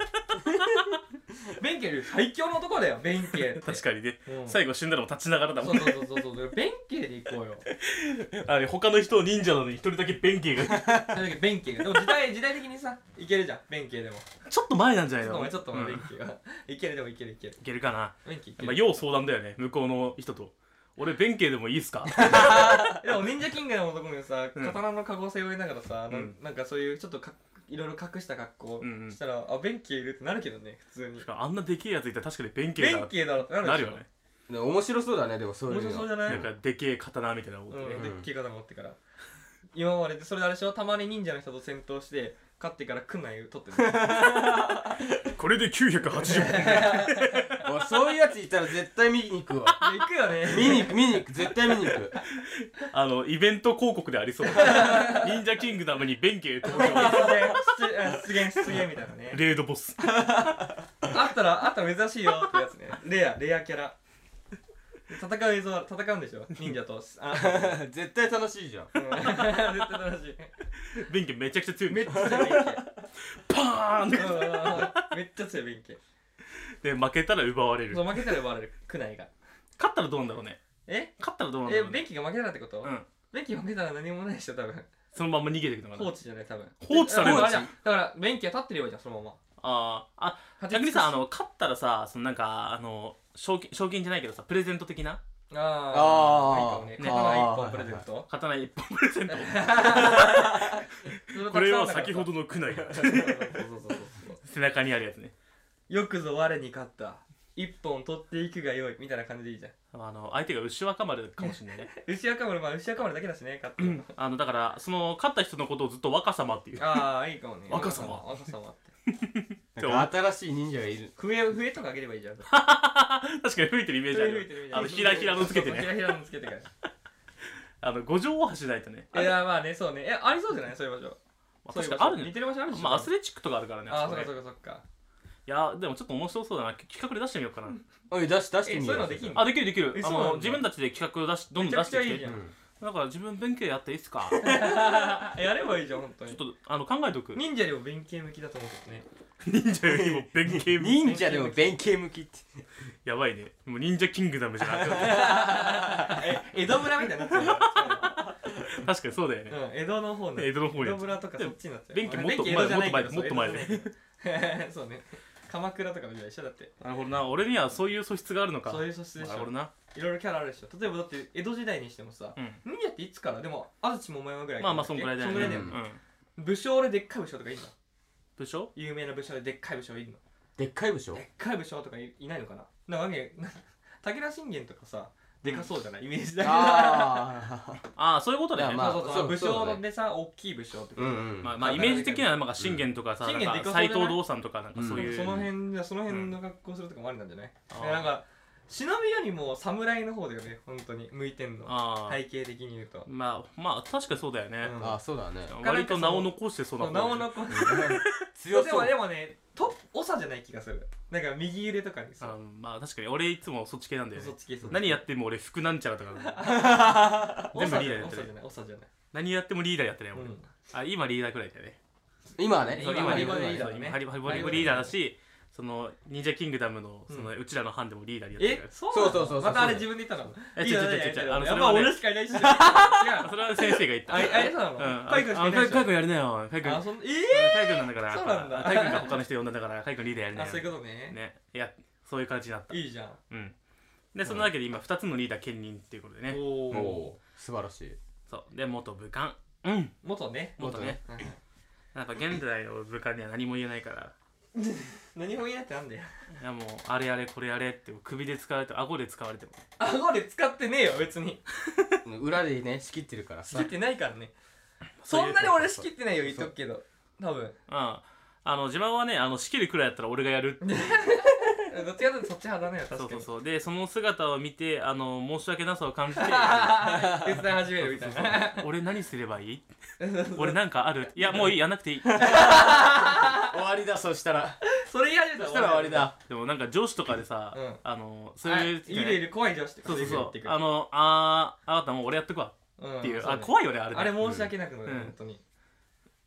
Speaker 2: 弁慶より最強の男だよ弁慶 って
Speaker 1: 確かにね、
Speaker 2: うん
Speaker 1: 最後死んだのも立ちながらだもん
Speaker 2: そうそうそうそうそう弁慶で行こうよ
Speaker 1: あれ他の人を忍者なのに一人だけ弁慶 が
Speaker 2: それだけ弁慶がでも時代時代的にさいけるじゃん弁慶でも
Speaker 1: ちょっと前なんじゃな
Speaker 2: ち
Speaker 1: い
Speaker 2: ょっと
Speaker 1: の
Speaker 2: 前ちょっと前
Speaker 1: うん
Speaker 2: 弁慶がいけるでもいけるいける
Speaker 1: いけるかな
Speaker 2: 弁慶いけ
Speaker 1: まあ
Speaker 2: る
Speaker 1: 要相談だよね向こうの人と俺弁慶でもいいっす か
Speaker 2: でも忍者キングの男がさ
Speaker 1: うん
Speaker 2: 刀の加護性を得ながらさな
Speaker 1: うん
Speaker 2: なんかそういうちょっとかいろいろ隠した格好
Speaker 1: うんうん
Speaker 2: したらあ弁慶いるってなるけどね普通に
Speaker 1: しかもあんなでけえやついたら確かに弁慶
Speaker 2: 弁
Speaker 1: が
Speaker 2: 慶だろって
Speaker 1: な
Speaker 2: な
Speaker 1: る
Speaker 2: る
Speaker 1: よ
Speaker 2: でし
Speaker 1: ね
Speaker 3: でも面白そうだねでもそ
Speaker 2: ょ
Speaker 3: うい
Speaker 2: 面
Speaker 3: う
Speaker 2: 白そう
Speaker 3: の
Speaker 2: じゃない
Speaker 1: なんかでけえ刀みたいなの持ってね、
Speaker 2: うん、
Speaker 3: ん
Speaker 2: でっけえ刀持ってから今まででそれであれでしょたまに忍者の人と戦闘して勝ってから区内を取ってる
Speaker 1: これで980
Speaker 3: おいそういうやついたら絶対見に行くわ
Speaker 2: 行くよね
Speaker 3: 見に行く見に行く絶対見に行 く
Speaker 1: あのイベント広告でありそう忍者キングダムに弁慶登
Speaker 2: 出
Speaker 1: 場
Speaker 2: 現出現出現出現みたいなね
Speaker 1: レードボス
Speaker 2: あったらあったら珍しいよってやつねレアレアキャラ戦う映像戦うんでしょ忍者とあ、
Speaker 3: 絶対楽しいじゃん
Speaker 2: うん絶対楽し
Speaker 1: 弁慶めちゃくちゃ強
Speaker 2: い
Speaker 1: い
Speaker 2: めっちゃ強い弁
Speaker 1: パーン
Speaker 2: 慶うんめっちゃ強い弁慶
Speaker 1: で負けたら奪われる
Speaker 2: そう
Speaker 1: 勝
Speaker 2: 負けたら奪われる区内が
Speaker 1: ったらどうなんだろうね
Speaker 2: え
Speaker 1: 勝ったらどうなんだ
Speaker 2: え
Speaker 1: ろうね
Speaker 2: 弁慶が負けたらってこと、
Speaker 1: うん
Speaker 2: 弁慶負けたら何もないでしょ多分
Speaker 1: そのまま逃げていくのかな
Speaker 2: 放置じゃない多分
Speaker 1: 放置される
Speaker 2: えああじゃんだから便器が立ってればいいじゃんそのま
Speaker 1: あーあ
Speaker 2: ま
Speaker 1: 逆にさあ
Speaker 2: の
Speaker 1: の勝ったらさそのなんかあの賞金賞金じゃないけどさプレゼント的な
Speaker 2: あーあいい
Speaker 3: あ
Speaker 2: かもね
Speaker 3: ー
Speaker 2: 刀一
Speaker 3: あ
Speaker 2: 本
Speaker 3: ー
Speaker 2: プレゼン ト
Speaker 1: 刀一本プレゼントこれは先ほどの苦内が
Speaker 2: そうそうそうそう
Speaker 1: 背中にあるやつね
Speaker 2: よくぞ我に勝った一本取っていくがよいみたいな感じでいいじゃん
Speaker 1: あの相手が牛若丸かもしれないね
Speaker 2: 牛赤丸まあ牛赤丸だけだしね勝ったの
Speaker 1: あのだからその勝った人のことをずっと若様って いう
Speaker 2: ああいいかもね
Speaker 1: 若様
Speaker 2: 若様って
Speaker 3: なんか新しい忍者がいる
Speaker 2: 笛を笛とかあげればいいじゃん
Speaker 1: 確かに吹いてるイメージあ
Speaker 2: 笛吹いてる
Speaker 1: る
Speaker 2: みたいな
Speaker 1: あのひらひらのつけて
Speaker 2: そうひ
Speaker 1: ね
Speaker 2: らひらのつけ てから
Speaker 1: あの五条大橋ないとね
Speaker 2: いやまあねそうねえありそうじゃないそういう場所
Speaker 1: まあ
Speaker 2: そうい
Speaker 1: 確
Speaker 2: う
Speaker 1: かにあ
Speaker 2: 場所
Speaker 1: るね
Speaker 2: 似てる場所あるでしょ
Speaker 1: まあアスレチックとかあるからね
Speaker 2: あ
Speaker 1: あそ
Speaker 2: ー
Speaker 1: こ
Speaker 2: そっ
Speaker 1: ね
Speaker 2: かそっかそっか
Speaker 1: いやでもちょっと面白そうだな企画で出してみようかな
Speaker 3: おい出し出して
Speaker 2: え
Speaker 3: み
Speaker 2: そう
Speaker 3: よ
Speaker 2: いうのできんの
Speaker 1: あできるできる
Speaker 2: え
Speaker 1: あ
Speaker 2: そうなん
Speaker 1: の
Speaker 2: だ
Speaker 1: 自分たちで企画を出しどんどん出して
Speaker 2: めちゃくちゃ
Speaker 1: き
Speaker 2: いいじ
Speaker 1: て
Speaker 2: ゃ
Speaker 3: うんん
Speaker 1: だから自分弁慶やっていいっす か
Speaker 2: やればいいじゃん本当
Speaker 1: ちょっ
Speaker 2: に
Speaker 1: とあの考えとく
Speaker 2: 忍者よりも弁慶向きだと思うけどね
Speaker 1: 忍者よりも弁慶向き
Speaker 3: 忍者でも弁慶向きって
Speaker 1: やばい ねもう忍者キングダムじゃなくて
Speaker 2: 江戸村みたいになってるよ
Speaker 1: 確かにそうだよね
Speaker 2: うん江戸の方の
Speaker 1: 江戸の方や
Speaker 2: 戸村とかそっちになっちゃう
Speaker 1: 便器もっと
Speaker 2: あれ便器江戸じゃないけど
Speaker 1: もっと前もっと
Speaker 2: そう江戸じゃない そうね鎌倉とかの時代一緒だって
Speaker 1: なるほどな俺にはそういう素質があるのか
Speaker 2: そういう素質でし
Speaker 1: なるほ
Speaker 2: ょ
Speaker 1: どない
Speaker 2: ろいろキャラあるでしょ例えばだって江戸時代にしてもさ
Speaker 1: うん
Speaker 2: 忍者っていつからでも安土桃山ぐらい
Speaker 1: まあまあそんぐらいだよね
Speaker 2: そんぐらいだよ
Speaker 1: うんうん
Speaker 2: 武将ででっかい武将とかいるの
Speaker 1: 武将
Speaker 2: 有名な武将ででっかい武将いるの
Speaker 3: でっかい部署
Speaker 2: でっかい武将とかいいないのか ななんかわけな武田信玄とかさでかそうじゃないイメージだけど
Speaker 3: あ
Speaker 1: ああそういうことだよね
Speaker 3: いやまあ
Speaker 2: そうそう
Speaker 3: そ
Speaker 2: そうう武
Speaker 3: そうだ
Speaker 2: 将
Speaker 3: ね
Speaker 2: でさ大きい武将っ
Speaker 3: ー
Speaker 2: て
Speaker 3: う
Speaker 2: こと
Speaker 3: ん
Speaker 2: か
Speaker 3: うん
Speaker 1: まあまあイメージ的にはなんか信玄とかさ
Speaker 2: 信玄でかそうじゃな
Speaker 1: 斎
Speaker 2: い
Speaker 1: 藤道三とかなんかそういう
Speaker 2: その辺じゃその辺の格好するとかもありなんじゃない、
Speaker 1: あ
Speaker 2: いやなん
Speaker 1: ー
Speaker 2: か忍びよりも侍の方だよね本当に向いてんの
Speaker 1: あー
Speaker 2: 体型的に言うと
Speaker 1: まあまあ確かにそうだよね
Speaker 2: うん
Speaker 3: あーそうだね
Speaker 1: 割と名を残してそうな
Speaker 2: そう
Speaker 1: 方
Speaker 2: なおのこ
Speaker 3: 強
Speaker 2: で
Speaker 3: そ
Speaker 2: も
Speaker 3: う
Speaker 2: でもねと長じゃない気がするなんか右腕とかに
Speaker 1: あ
Speaker 2: さ
Speaker 1: ーまあ確かに俺いつもそっち系なんだよね
Speaker 2: 嘘つきそう
Speaker 1: 何やっても俺服なんちゃらとか全部リーダーやってる
Speaker 2: 長じゃない長じゃない
Speaker 1: 何やってもリーダーやってないもん、
Speaker 2: うん
Speaker 1: あ今リーダーくらいだよね
Speaker 3: 今はね
Speaker 2: そう
Speaker 1: 今
Speaker 2: リーダーだ
Speaker 1: そう
Speaker 2: ね
Speaker 1: 今ハリハリボリリーダーだしその忍者キングダムのそのうちらの班でもリーダーでやってる
Speaker 2: え
Speaker 1: から
Speaker 2: そうなの
Speaker 3: そうそうそうそう
Speaker 2: またあれ自分で言ったの
Speaker 1: え
Speaker 2: いいよ
Speaker 1: 違う違う違う違
Speaker 2: いいよ
Speaker 1: う
Speaker 2: いいよ
Speaker 1: あの
Speaker 2: や
Speaker 1: そ
Speaker 2: っ
Speaker 1: れは
Speaker 2: ぱ
Speaker 1: ね
Speaker 2: 俺しかいな いし違う
Speaker 1: それは先生が言った
Speaker 2: あえそうなの
Speaker 1: うん
Speaker 2: カイ君しかいないでしょ
Speaker 1: カイ君やるなよカイ君
Speaker 2: あそんええ
Speaker 1: カイ君なんだから
Speaker 2: そうなんだ
Speaker 1: カイ君が他の人呼んだんだからカイ君リーダーやるな
Speaker 2: あ
Speaker 1: よ
Speaker 2: そういうことね
Speaker 1: ねいやそういう感じになった
Speaker 2: いいじゃん
Speaker 1: うんでそのわけで今2つのリーダー兼任っていうことでね
Speaker 2: お
Speaker 3: お
Speaker 2: お
Speaker 3: お素晴らしい
Speaker 1: そうで元武官うん
Speaker 2: 元ね
Speaker 1: 元ね
Speaker 2: はいはい
Speaker 1: やっぱ現代の武官には何も言えないから
Speaker 2: 何も言えないってなんだよ
Speaker 1: いやもうあれやれこれやれって首で使われて顎で使われても
Speaker 2: 顎で使ってねえよ別に
Speaker 3: 裏でね仕切ってるから
Speaker 2: 仕
Speaker 3: さ
Speaker 2: 切ってないからね
Speaker 1: そう
Speaker 2: そ
Speaker 1: いうん
Speaker 2: なに俺仕切ってないよ言っとくけど多分
Speaker 1: うんあの自慢はねあの仕切るくらいやったら俺がやるって
Speaker 2: どっちかというとそっち派だね
Speaker 1: そう
Speaker 2: 確か
Speaker 1: そう
Speaker 2: に
Speaker 1: そうでその姿を見てあの申し訳なさを感じて
Speaker 2: 手伝い始めるみたいな
Speaker 1: 俺何すれば いい
Speaker 2: そうそう
Speaker 1: 俺なんかあるいやもういいやんなくていい
Speaker 3: 終わりだそしたら
Speaker 2: それ言い始めた
Speaker 3: そ
Speaker 2: ら
Speaker 3: したら終わりだ
Speaker 1: でもなんか上司とかでさ、
Speaker 2: うん
Speaker 1: あのそう
Speaker 2: あ
Speaker 1: い
Speaker 2: いうるいる怖い上司とか
Speaker 1: そうそうそう
Speaker 2: ってくる
Speaker 1: あのあーあなたもう俺やっとくわ
Speaker 2: うん
Speaker 1: っていう、
Speaker 2: そ
Speaker 1: あ
Speaker 2: ね
Speaker 1: 怖いよねあれね
Speaker 2: あれ申し訳なくなる
Speaker 1: うん
Speaker 2: 本当に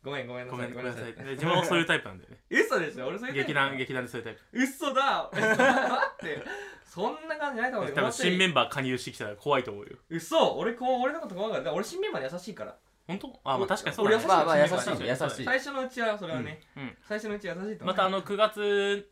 Speaker 2: ごめんごめんな
Speaker 1: ご
Speaker 2: さ
Speaker 1: め
Speaker 2: い
Speaker 1: ん
Speaker 2: ご
Speaker 1: ご
Speaker 2: め
Speaker 1: めん
Speaker 2: んな
Speaker 1: な
Speaker 2: さ
Speaker 1: さ
Speaker 2: い
Speaker 1: いで自分はそういうタイプなんだよね
Speaker 2: 嘘でしょ俺そういうタイプ
Speaker 1: 劇団劇団でそういうタイプ
Speaker 2: 嘘だ だってそんな感じないと思うよ
Speaker 1: 多分新メンバー加入してきたら怖いと思うよ
Speaker 2: 嘘俺こう俺のこと怖がるだから俺新メンバーに優しいから
Speaker 1: 本当あまあ確かにそう
Speaker 2: 俺
Speaker 1: だね
Speaker 2: 優しい
Speaker 3: まあまあ優しい
Speaker 1: そうだね
Speaker 3: 優
Speaker 1: そうだ
Speaker 3: し
Speaker 1: ね
Speaker 3: い
Speaker 2: 最初のうちはそれはね、
Speaker 1: うんうん
Speaker 2: 最初のうちは優しいと思
Speaker 1: ま
Speaker 2: う
Speaker 1: たあの9月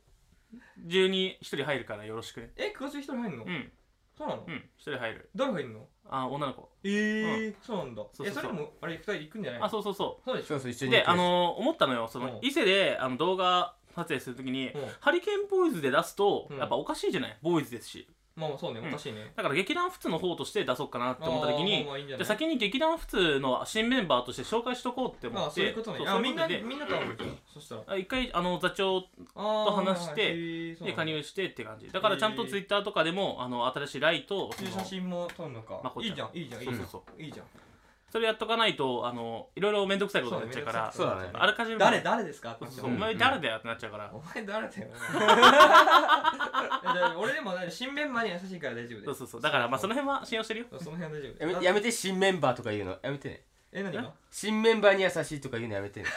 Speaker 1: 中に1人入るからよろしくね
Speaker 2: え久保中一人入んの、
Speaker 1: うん
Speaker 2: そうなの、
Speaker 1: うん1人入る
Speaker 2: 誰入んの
Speaker 1: あ女の子
Speaker 2: えーそうなんだ
Speaker 1: そうそうそう
Speaker 2: えそれもあれ二人行くんじゃない
Speaker 1: あそうそうそ
Speaker 2: そうでし
Speaker 3: そ
Speaker 2: ょ
Speaker 3: うそう一緒
Speaker 1: う
Speaker 3: に
Speaker 1: であの思ったのよその
Speaker 2: うん
Speaker 1: 伊勢であの動画撮影するときに
Speaker 2: うん
Speaker 1: ハリケーンボーイズで出すと
Speaker 2: うん
Speaker 1: やっぱおかしいじゃないボーイズですし
Speaker 2: まあまあそうね
Speaker 1: うん
Speaker 2: おかしいね、
Speaker 1: だから劇団普通の方として出そうかなって思ったとき
Speaker 2: あー
Speaker 1: に
Speaker 2: まあまあいいんじゃ
Speaker 1: じ
Speaker 2: な
Speaker 1: ゃあ
Speaker 2: い
Speaker 1: 先に劇団普通の新メンバーとして紹介しとこうって思っ
Speaker 2: ああ
Speaker 1: て
Speaker 2: そういうことね
Speaker 1: そう
Speaker 2: あ
Speaker 1: そういう
Speaker 2: みん
Speaker 1: こと
Speaker 2: な
Speaker 1: で
Speaker 2: みんなと会うんじゃんそしたら
Speaker 1: あ一回あの座長
Speaker 2: あ
Speaker 1: と話して
Speaker 2: で
Speaker 1: で加入してって感じだからちゃんとツイッターとかでもあの新しいライトその
Speaker 2: 写真も撮るのか
Speaker 1: まこちゃん
Speaker 2: いいじゃんいいじゃんいいじゃん
Speaker 1: そうそう
Speaker 2: いいじゃん
Speaker 1: それやっとかないとあのいろいろ面倒くさいことになっちゃうから
Speaker 3: そうだね
Speaker 1: あらかじめ
Speaker 2: 誰誰ですかっ
Speaker 1: そ
Speaker 2: てな
Speaker 1: う
Speaker 2: っ
Speaker 1: そ
Speaker 2: ち
Speaker 1: うそ
Speaker 2: ゃ
Speaker 1: う
Speaker 2: う
Speaker 1: お前誰だよってなっちゃうから
Speaker 2: お前誰だよいやでも俺でも新メンバーには優しいから大丈夫だ
Speaker 1: そう
Speaker 2: よ
Speaker 1: そうそうだからまあその辺は信用してるよ
Speaker 2: その辺は大丈夫
Speaker 3: や
Speaker 2: だよ
Speaker 3: めやめて新メンバーとか言うのやめてね
Speaker 2: え何が
Speaker 3: 新メンバーに優しいとか言うのや めてね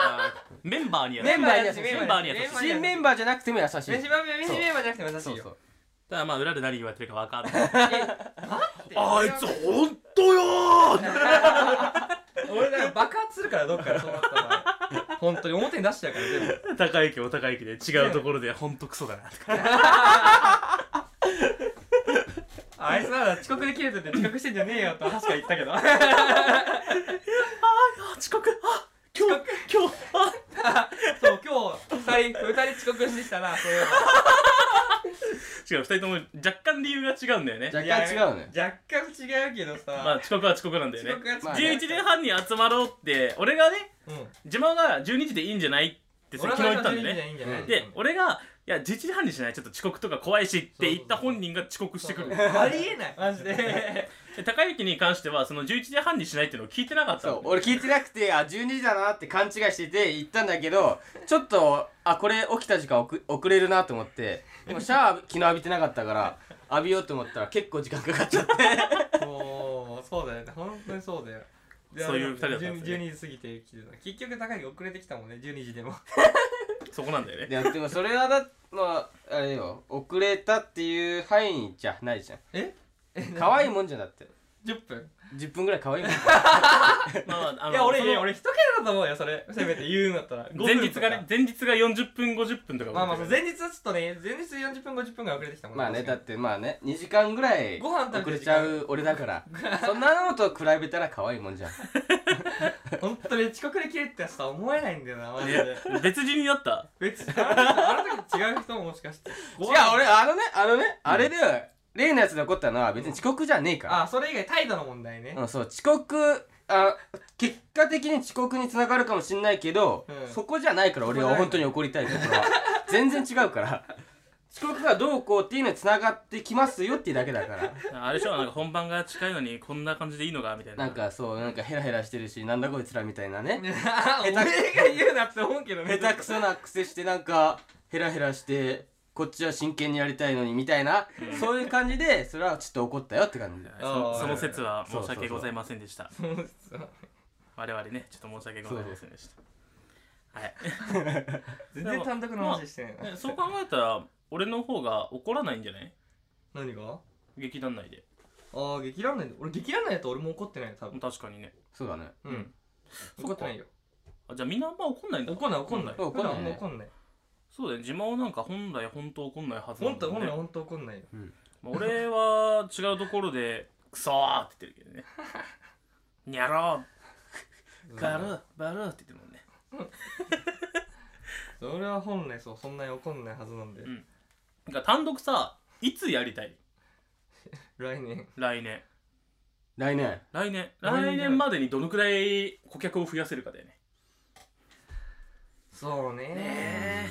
Speaker 1: あーメンバーには
Speaker 3: メンバーに優しい
Speaker 1: メンバーに優しい
Speaker 3: 新メンバーじゃなくても優しい
Speaker 2: メンバー新メンバーじゃなくても優し
Speaker 3: そ
Speaker 2: いうよ
Speaker 3: そう
Speaker 1: ただまあ裏で何言われてるか分かんない
Speaker 2: あいつ
Speaker 1: 本当よ
Speaker 2: 俺なんか爆発するからどっからそうなったら本当に表に出してやから全部
Speaker 1: ー高い木も高い木で違うところで本当クソだなとか
Speaker 2: あいつなら遅刻できるとって遅刻してんじゃねえよと確か言ったけど
Speaker 1: あ遅刻あ今日今日あ
Speaker 2: そう今日二人二人遅刻してきたなそういうの
Speaker 1: 違う二人とも若干理由が違うんだよね
Speaker 3: 若干違うね
Speaker 2: 若干違うけどさ、
Speaker 1: まあ遅刻は遅刻なんだよね
Speaker 2: 遅刻が
Speaker 3: まあね
Speaker 1: 11時半に集まろうって俺がね
Speaker 2: うん
Speaker 1: 自慢が12時でいいんじゃないって昨日言ったんだよね
Speaker 2: いいんじゃない
Speaker 1: で俺がいや11時半にしないちょっと遅刻とか怖いしって言った本人が遅刻してくる
Speaker 2: ありえないマジで
Speaker 1: で高雪に関してはその11時半にしないっていうのを聞いてなかった
Speaker 3: そ
Speaker 1: の
Speaker 3: う俺聞いてなくてあ12時だなって勘違いしてて行ったんだけどちょっとあこれ起きた時間おく遅れるなと思ってでもシャワー昨日浴びて なかったから浴びようと思ったら結構時間かかっちゃって
Speaker 2: もうそうだよね本当にそうだよで
Speaker 1: そういう二人だったんですね
Speaker 2: 12, 12時過ぎて来てた結局高い遅れてきたもんね12時でも
Speaker 1: そこなんだよね
Speaker 3: でもでもそれはだまああれよ遅れたっていう範囲じゃないじゃん
Speaker 2: ええ
Speaker 3: 可愛いもんじゃだって
Speaker 2: 10分
Speaker 3: 10分ぐらい可愛いもん
Speaker 1: まあまあ、あ
Speaker 2: いや俺
Speaker 1: その
Speaker 2: 俺一桁だと思うよそれせめて言うんだっ たら
Speaker 1: 前日がね前日が40分50分とか
Speaker 2: まあまあそう前日はちょっとね前日40分50分が遅れてきたもん
Speaker 3: まあねだ
Speaker 2: 確
Speaker 3: っ
Speaker 2: か
Speaker 3: てまあね2時間ぐらい
Speaker 2: ご飯食
Speaker 3: 遅
Speaker 2: べ
Speaker 3: れ
Speaker 2: てる時
Speaker 3: ち
Speaker 2: 間
Speaker 3: ゃう俺だから そんなのと比べたら可愛いもんじゃん
Speaker 2: に 本当に遅刻できるってやつとは思えないんだよなマジで
Speaker 1: 別人になった
Speaker 2: 別にあの時違う人ももし かして
Speaker 3: 違う俺あのねあのね、あれで例のやつで起こったのは別に遅刻じゃねえから、
Speaker 2: あそれ以外態度の問題ね
Speaker 3: うん、そう遅刻あ結果的に遅刻につながるかもしんないけど、
Speaker 2: うん
Speaker 3: そこじゃないから俺は本当に怒りたいから全然違うから 遅刻がどうこうっていうのにつながってきますよっていうだけだから
Speaker 1: あれでしょなんか本番が近いのにこんな感じでいいのかみたいな
Speaker 3: なんかそうなんかヘラヘラしてるしなんだこいつらみたいなね
Speaker 2: 下
Speaker 3: 手
Speaker 2: 手
Speaker 3: く
Speaker 2: が言うなって思うけどね
Speaker 3: 下手くそな癖してなんかヘラヘラしてこっちは真剣にやりたいのにみたいな、そういう感じでそれはちょっと怒ったよって感じで
Speaker 1: そのその説は申
Speaker 3: そうそう
Speaker 1: し
Speaker 3: そう
Speaker 1: 訳ございませんでした
Speaker 2: そうそう
Speaker 1: 我々ねちょっと申し訳ございませんでしたはい
Speaker 2: 全然単独の話してないな、
Speaker 1: ねそう考えたら俺の方が怒らないんじゃない
Speaker 2: 何が
Speaker 1: 劇団内で
Speaker 2: ああ激乱内俺激乱内だと俺も怒ってないよ多分
Speaker 1: 確かにね
Speaker 3: そうだね
Speaker 2: うん怒ってないよ
Speaker 1: あじゃあみんなあんま怒んないんだ
Speaker 2: 怒んない怒んない
Speaker 3: うん怒んない
Speaker 2: 普段も怒んない
Speaker 1: そうだよ自慢なんか本来本当怒んないはずな
Speaker 2: 本
Speaker 1: んだ
Speaker 2: 当
Speaker 1: よね
Speaker 2: 本当本当怒んないよ
Speaker 1: まあ俺は違うところで「クソー!」って言ってるけどね「にゃろー!」「バルーバルー!」って言ってるもんね
Speaker 2: 俺は本来そうそんなに怒んないはずなんで
Speaker 1: うんなんか単独さいつやりたい
Speaker 2: 来年
Speaker 1: 来年
Speaker 3: 来年
Speaker 1: 来年
Speaker 2: 来年
Speaker 1: 来年までにどのくらい顧客を増やせるかだよね
Speaker 2: そうね
Speaker 1: ね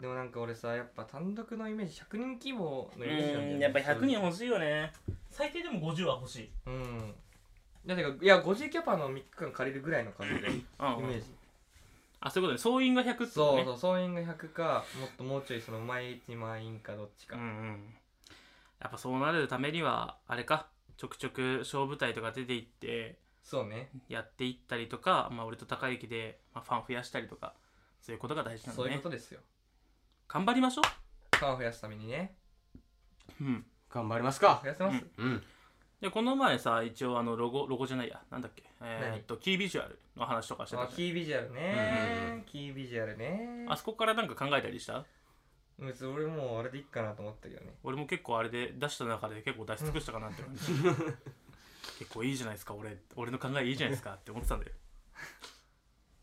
Speaker 2: でもなんか俺さやっぱ単独のイメージ100人規模
Speaker 1: う
Speaker 2: のイメージなんだよね
Speaker 1: んやっぱ100人欲しいよね最低でも50は欲しい
Speaker 2: うんだってかいや50キャパの3日間借りるぐらいの感じでイ
Speaker 1: うんうん
Speaker 2: メージ
Speaker 1: あそういうことね総員が100ってこと
Speaker 2: そ
Speaker 1: ね
Speaker 2: うそう総員が100かもっともうちょいその毎日満員かどっちか、
Speaker 1: うんうんやっぱそうなるためにはあれかちょくちょく小舞台とか出て行って
Speaker 2: そうね
Speaker 1: やっていったりとか、まあ、俺と高之で、まあ、ファン増やしたりとかそういうことが大事なんだ
Speaker 2: そういう
Speaker 1: ね
Speaker 2: ことですよ
Speaker 1: 頑張りましょ
Speaker 2: ファン増やすためにね
Speaker 1: ううん
Speaker 3: 頑張りますか
Speaker 2: 増やせます、
Speaker 3: うん
Speaker 1: でこの前さ一応あのロゴロゴじゃないやなんだっけえーっとキービジュアルの話とかしてた
Speaker 2: あ
Speaker 1: じゃん
Speaker 2: キービジュアル
Speaker 3: うんう
Speaker 2: ね
Speaker 3: ん、う
Speaker 2: キービジュアルね
Speaker 1: あそこからなんか考えたりした
Speaker 2: 別に俺もうあれでいいかなと思ったけどね
Speaker 1: 俺も結構あれで出した中で結構出し尽くしたかなって感 じ結構いいじゃないですか俺俺の考えいいじゃないですかって思ってたんだよ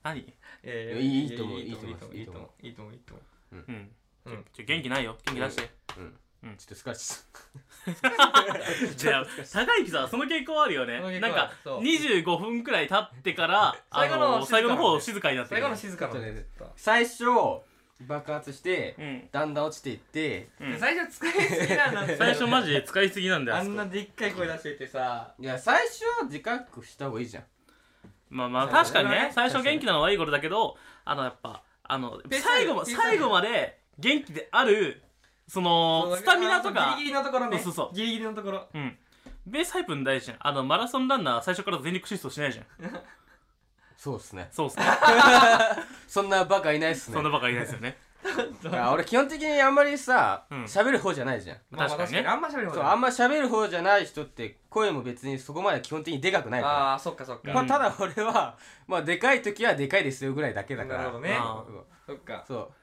Speaker 1: 何
Speaker 2: いやい
Speaker 3: いやいいと思ういいと思う
Speaker 2: いいと思ういいと思ういいと思
Speaker 1: うん
Speaker 2: ううん
Speaker 1: ちょ元気ないよ元気出して、
Speaker 3: うん
Speaker 1: うん
Speaker 3: ちょっとスカッチ
Speaker 1: じゃあ高之さんその傾向あるよ
Speaker 2: その傾
Speaker 1: ね
Speaker 2: 向
Speaker 1: な
Speaker 2: あ
Speaker 1: ん
Speaker 2: る
Speaker 1: か
Speaker 2: そう
Speaker 1: 25分くらい経ってからあ
Speaker 2: 最後の
Speaker 1: の
Speaker 2: 静か
Speaker 1: 最後
Speaker 2: な
Speaker 1: の方静かになって
Speaker 2: 最
Speaker 1: る
Speaker 2: 後の静かなの
Speaker 3: ちょっと
Speaker 2: ね
Speaker 3: ね最初爆発して、
Speaker 1: うん
Speaker 3: だんだん落ちていって
Speaker 1: うん
Speaker 2: 最初使いすぎなんだって
Speaker 1: 最初マジで使いすぎなんだよ
Speaker 2: あ
Speaker 1: あそ
Speaker 2: ん
Speaker 1: こ
Speaker 2: なでっかい声出しててさ
Speaker 3: いや最初は自覚した方がいいじゃん
Speaker 1: まあまあ
Speaker 2: 最
Speaker 1: 確
Speaker 2: 初
Speaker 1: かに
Speaker 2: ね
Speaker 1: ね最初元気なのはいいことだけどあのやっぱあの
Speaker 2: ペース配
Speaker 1: 最後も
Speaker 2: ペース配
Speaker 1: 最後まで元気であるそのスタミナと
Speaker 2: あの
Speaker 1: か
Speaker 2: ギリギリのところね
Speaker 1: そうそうそう
Speaker 2: ギリギリのところ
Speaker 1: うんベース配分大事じゃんあのマラソンランナーは最初から全力疾走しないじゃん
Speaker 3: そうっすね
Speaker 1: そうっすね
Speaker 3: そんなバカいないっすね
Speaker 1: そんなバカいないですよね
Speaker 3: いや俺基本的にあんまりさ
Speaker 1: うん
Speaker 3: 喋、る方じゃないじゃん
Speaker 1: まあ確かにね
Speaker 2: まあまあ確かにあんま喋
Speaker 3: そうあんま
Speaker 2: ることない
Speaker 3: 喋る方じゃない人って声も別にそこまで基本的にでかくないか
Speaker 2: あーそっかそっ
Speaker 3: ら、
Speaker 2: か
Speaker 1: うん
Speaker 3: まあ、ただ俺はまあでかい時はでかいですよぐらいだけだから
Speaker 2: なるほどね
Speaker 1: あ
Speaker 2: そっか
Speaker 3: そ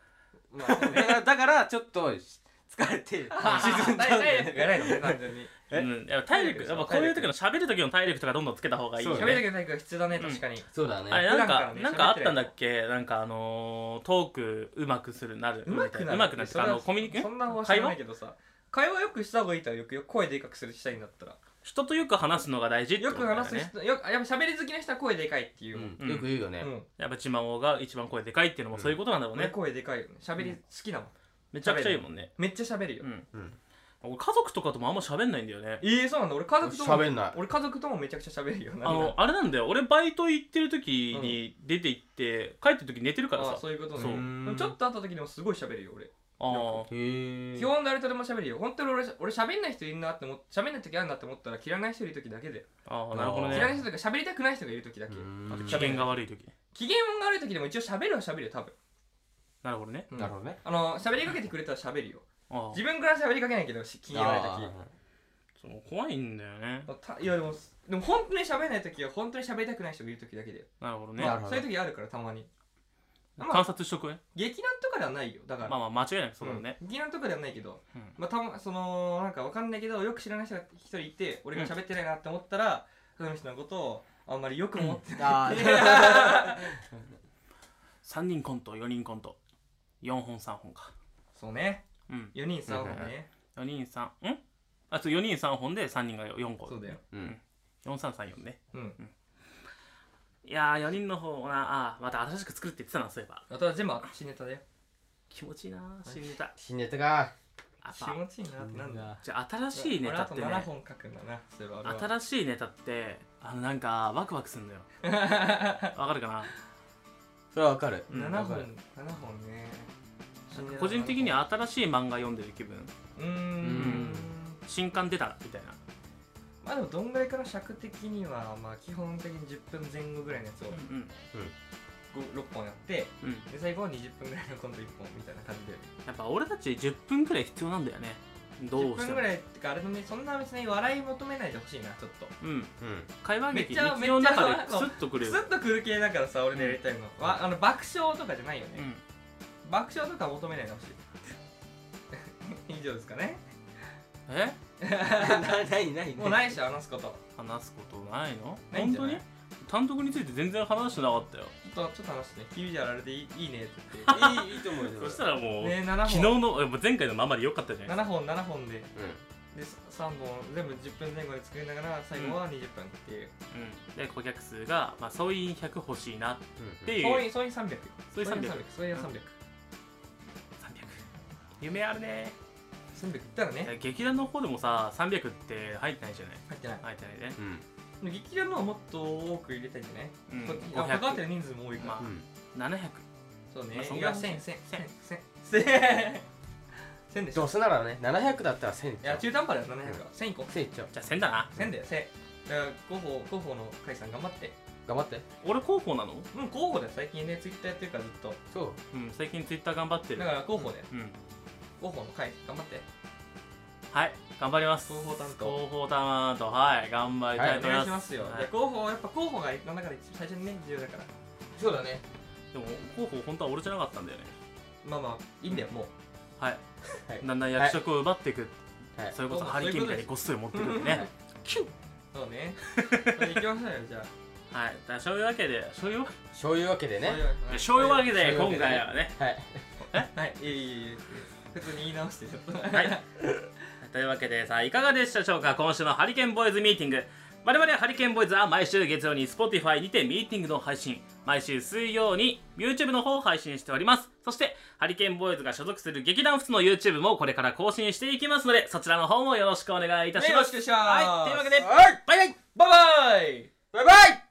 Speaker 3: う
Speaker 2: まあ
Speaker 3: だからだからちょっと疲れて沈んじゃうんだよね
Speaker 2: 体力がないのね単純に
Speaker 1: う
Speaker 3: え
Speaker 1: ん、やっぱ体力やっぱこういう時の喋る時の体力とかどんどんつけた方がいいよ
Speaker 3: そう
Speaker 2: 喋
Speaker 1: ね
Speaker 2: るだけの体力が必要だね確かに
Speaker 3: そうだ
Speaker 1: あれ
Speaker 2: 普
Speaker 1: なん
Speaker 2: 段か
Speaker 1: から
Speaker 2: ね
Speaker 1: なんかあったんだっけなんかあのートークうまくするなる
Speaker 2: うまくなる
Speaker 1: うまくなるってかあのコミュニケーシ
Speaker 2: そ
Speaker 1: ョン
Speaker 2: んな方針ないけどさ会話よくした方がいいとはよくよく声でかくするしたいんだったら
Speaker 1: 人とよく話すのが大事って
Speaker 2: よ
Speaker 1: こと
Speaker 2: く
Speaker 1: だよ
Speaker 2: 話す
Speaker 1: ね
Speaker 2: 人よくやっぱ喋り好きな人は声でかいっていううもん
Speaker 3: んよく言うよね、
Speaker 2: うん
Speaker 1: やっぱちまおが一番声でかいっていうのもそういうことなんだろう
Speaker 2: 俺
Speaker 1: ね
Speaker 2: 声でかいよね喋り
Speaker 1: うん
Speaker 2: 好きだもん
Speaker 1: めちゃくちゃいいもんね
Speaker 2: めっちゃ喋るよ
Speaker 1: うん、
Speaker 3: うん
Speaker 1: 俺家族とかともあんま喋んないんだよね
Speaker 2: ええそうなんだ俺家族とも
Speaker 3: 喋んない
Speaker 2: 俺家族ともめちゃくちゃ喋るよ
Speaker 1: あのあれなんだよ俺バイト行ってる時に出て行って、帰ってる時寝てるから
Speaker 2: あ
Speaker 1: さ
Speaker 2: あそういうこと
Speaker 1: そう
Speaker 2: ねちょっと会った時でもすごい喋るよ俺
Speaker 1: あー
Speaker 3: へえ
Speaker 2: 基本誰とでも喋るよ本当に俺俺喋んない人いるなって思っ喋んない時あるなって思ったら嫌いな人いる時だけで
Speaker 1: あーなるほど
Speaker 3: うん
Speaker 2: 嫌いな
Speaker 1: ね
Speaker 2: 人というか喋りたくない人がいる時だけ
Speaker 1: あと機嫌が悪い時
Speaker 2: 機嫌が悪い時でも一応喋るは喋るよ多分
Speaker 1: なるほどね
Speaker 2: うん
Speaker 3: なるほどね
Speaker 2: あの喋りかけてくれたら喋るよ
Speaker 1: あー
Speaker 2: 自分から喋りかけないけどし機嫌悪い時
Speaker 1: そう怖いんだよね
Speaker 2: たいやでもでも本当に喋れない時は本当に喋りたくない人がいる時だけで、
Speaker 1: なるほどね
Speaker 2: ま
Speaker 3: な
Speaker 2: あ
Speaker 3: るほど
Speaker 2: そういう時あるからたまにまあ
Speaker 1: 観察しとくね
Speaker 2: 劇団とかではないよだから、
Speaker 1: まあまあ間違いなくそうだね
Speaker 2: ん劇団とかではないけど、
Speaker 1: うん
Speaker 2: まあたまそのなんかわかんないけどよく知らない人が一人いて俺が喋ってないなって思ったら、その人のことをあんまりよく思って
Speaker 3: あー
Speaker 1: 3人コント4人コント4本3本か
Speaker 2: そうね
Speaker 1: うん
Speaker 2: 4人3本ね
Speaker 1: 4人3んあそう4人3本で3人が4個
Speaker 2: そうだよ
Speaker 3: うん
Speaker 1: 4334ね
Speaker 2: うん
Speaker 1: いやー4人の方なあーまた新しく作るって言ってたなそういえば
Speaker 2: あとは全部新ネタだよ
Speaker 1: 気持ちいいなー新ネタ
Speaker 3: 新ネタが
Speaker 1: やっ
Speaker 2: 気
Speaker 1: ぱ
Speaker 2: 持ちいいなってなんだ
Speaker 1: じゃあ新しいネタって
Speaker 2: 俺あと7
Speaker 1: ね
Speaker 2: 本書くんだなそういえば俺は
Speaker 1: 新しいネタってあのなんかワクワクす るんだよわかるかな
Speaker 3: それはわかる
Speaker 1: うん
Speaker 2: 7本7本ね
Speaker 1: 個人的には新しい漫画読んでる気分
Speaker 2: うーん
Speaker 3: ん
Speaker 1: 新刊出たみたいな
Speaker 2: まあでもどんぐらいかな尺的にはまあ基本的に10分前後ぐらいのやつを
Speaker 1: うん
Speaker 2: 6本やって
Speaker 1: うん
Speaker 2: で最後は20分ぐらいの今度1本みたいな感じで
Speaker 1: やっぱ俺たち10分くらい必要なんだよねど
Speaker 2: 10
Speaker 1: うして
Speaker 2: 分
Speaker 1: も
Speaker 2: ぐらいってかあれのねそんな別に笑い求めないでほしいなちょっと
Speaker 1: うん
Speaker 3: うん
Speaker 1: 会話劇
Speaker 2: めっ
Speaker 1: 日
Speaker 2: ちゃ
Speaker 1: 常の中で
Speaker 2: めっちゃ
Speaker 1: クスッとく
Speaker 2: ク
Speaker 1: る
Speaker 2: ス
Speaker 1: よ
Speaker 2: ッとくる系だからさ俺のやりたいのは、わあの爆笑とかじゃないよね、
Speaker 1: うん
Speaker 2: 爆笑とか求めないでほ しい以上ですかね
Speaker 1: え
Speaker 3: な何何
Speaker 2: もうないでしょ話すこと
Speaker 1: 話すことないの
Speaker 2: ない
Speaker 1: 本
Speaker 2: んじゃ
Speaker 1: 当
Speaker 2: ない
Speaker 1: に単独について全然話してなかったよ
Speaker 2: ちょっとちょっと話してねキビジュアルあれでいいいいねって言っ
Speaker 3: 何いいいいと思うよ
Speaker 1: そしたらもう、
Speaker 2: てね7本
Speaker 1: 昨日のえもう前回のままで良かったじゃない
Speaker 2: 7本7本で
Speaker 3: う
Speaker 2: で3本全部10分前後で作りながら最後は20分っていう、
Speaker 1: うん、で顧客数が、まあ、総員100欲しいなっ
Speaker 3: んうん
Speaker 1: ていう
Speaker 2: そういうそういう300
Speaker 1: そういう300
Speaker 2: 300そういう300
Speaker 1: 300夢あるね
Speaker 2: 300いったらね
Speaker 1: 劇団の方でもさ300って入ってないじゃない
Speaker 2: 入ってない
Speaker 1: 入ってないね
Speaker 3: うん
Speaker 2: 劇団のはもっと多く入れたいんじゃない、
Speaker 1: うん
Speaker 2: こっちあ
Speaker 1: 500
Speaker 2: 関わってる人数も多いから、
Speaker 1: まあ
Speaker 3: うん
Speaker 1: 700
Speaker 2: そうね、
Speaker 1: まあそん
Speaker 2: い
Speaker 1: ぐら
Speaker 2: や
Speaker 1: い
Speaker 2: 1000 1000 1000 1000でし
Speaker 3: ど
Speaker 2: ょ
Speaker 3: うせならね700だったら1000
Speaker 2: いや
Speaker 3: ちょ
Speaker 2: 中途半端だよ700は1000いこう
Speaker 3: 1000いっちゃう
Speaker 1: じゃあ1000だな
Speaker 2: 1000だよ1000だから広報広報の甲斐さん頑張って
Speaker 3: 頑張って
Speaker 1: 俺広報なの
Speaker 2: うん広報だよ最近ねツイッターやってるからずっと
Speaker 3: そう
Speaker 1: うん最近ツイッター頑張ってる
Speaker 2: だから広報だよ
Speaker 1: うん
Speaker 2: 広報の会頑張って
Speaker 1: はい頑張ります
Speaker 2: 広報担当
Speaker 1: 広報担当はい頑張りたい
Speaker 2: お
Speaker 1: と思い
Speaker 2: 願
Speaker 1: ま
Speaker 2: いし
Speaker 1: す,、
Speaker 2: ますよ、
Speaker 1: はい
Speaker 2: で広報やっぱ広報が世の中で一番最初にね重要だから
Speaker 3: そうだね
Speaker 1: でも広報本当は俺じゃなかったんだよね
Speaker 2: まあまあいいんだよもう
Speaker 1: はい、
Speaker 3: はい
Speaker 1: だんだん役職を奪っていく、
Speaker 3: はい
Speaker 1: それこそ
Speaker 2: そう
Speaker 1: ハリケーンみたいにごっそり持ってくるんでねキュッ
Speaker 2: そうねそれ行きましょうよじゃあ
Speaker 1: はいだからそういうわけでそういうわ
Speaker 3: そういうわけでね
Speaker 1: けでそういうわけで
Speaker 3: そう
Speaker 1: 今
Speaker 3: いうわけでね
Speaker 1: 回はね
Speaker 3: はい
Speaker 2: はいいえいえいえ普通に言い直してちょっと
Speaker 1: はい というわけでさあいかがでしたでしょうか今週のハリケーンボーイズミーティング我々ハリケーンボーイズは毎週月曜に Spotify にてミーティングの配信毎週水曜に YouTube の方を配信しておりますそしてハリケーンボーイズが所属する劇団仏の YouTube もこれから更新していきますのでそちらの方もよろしくお願いいたします
Speaker 2: よろしくお願いします
Speaker 1: はいというわけで
Speaker 3: はいバイバイ
Speaker 2: バイバイ
Speaker 3: バイバイ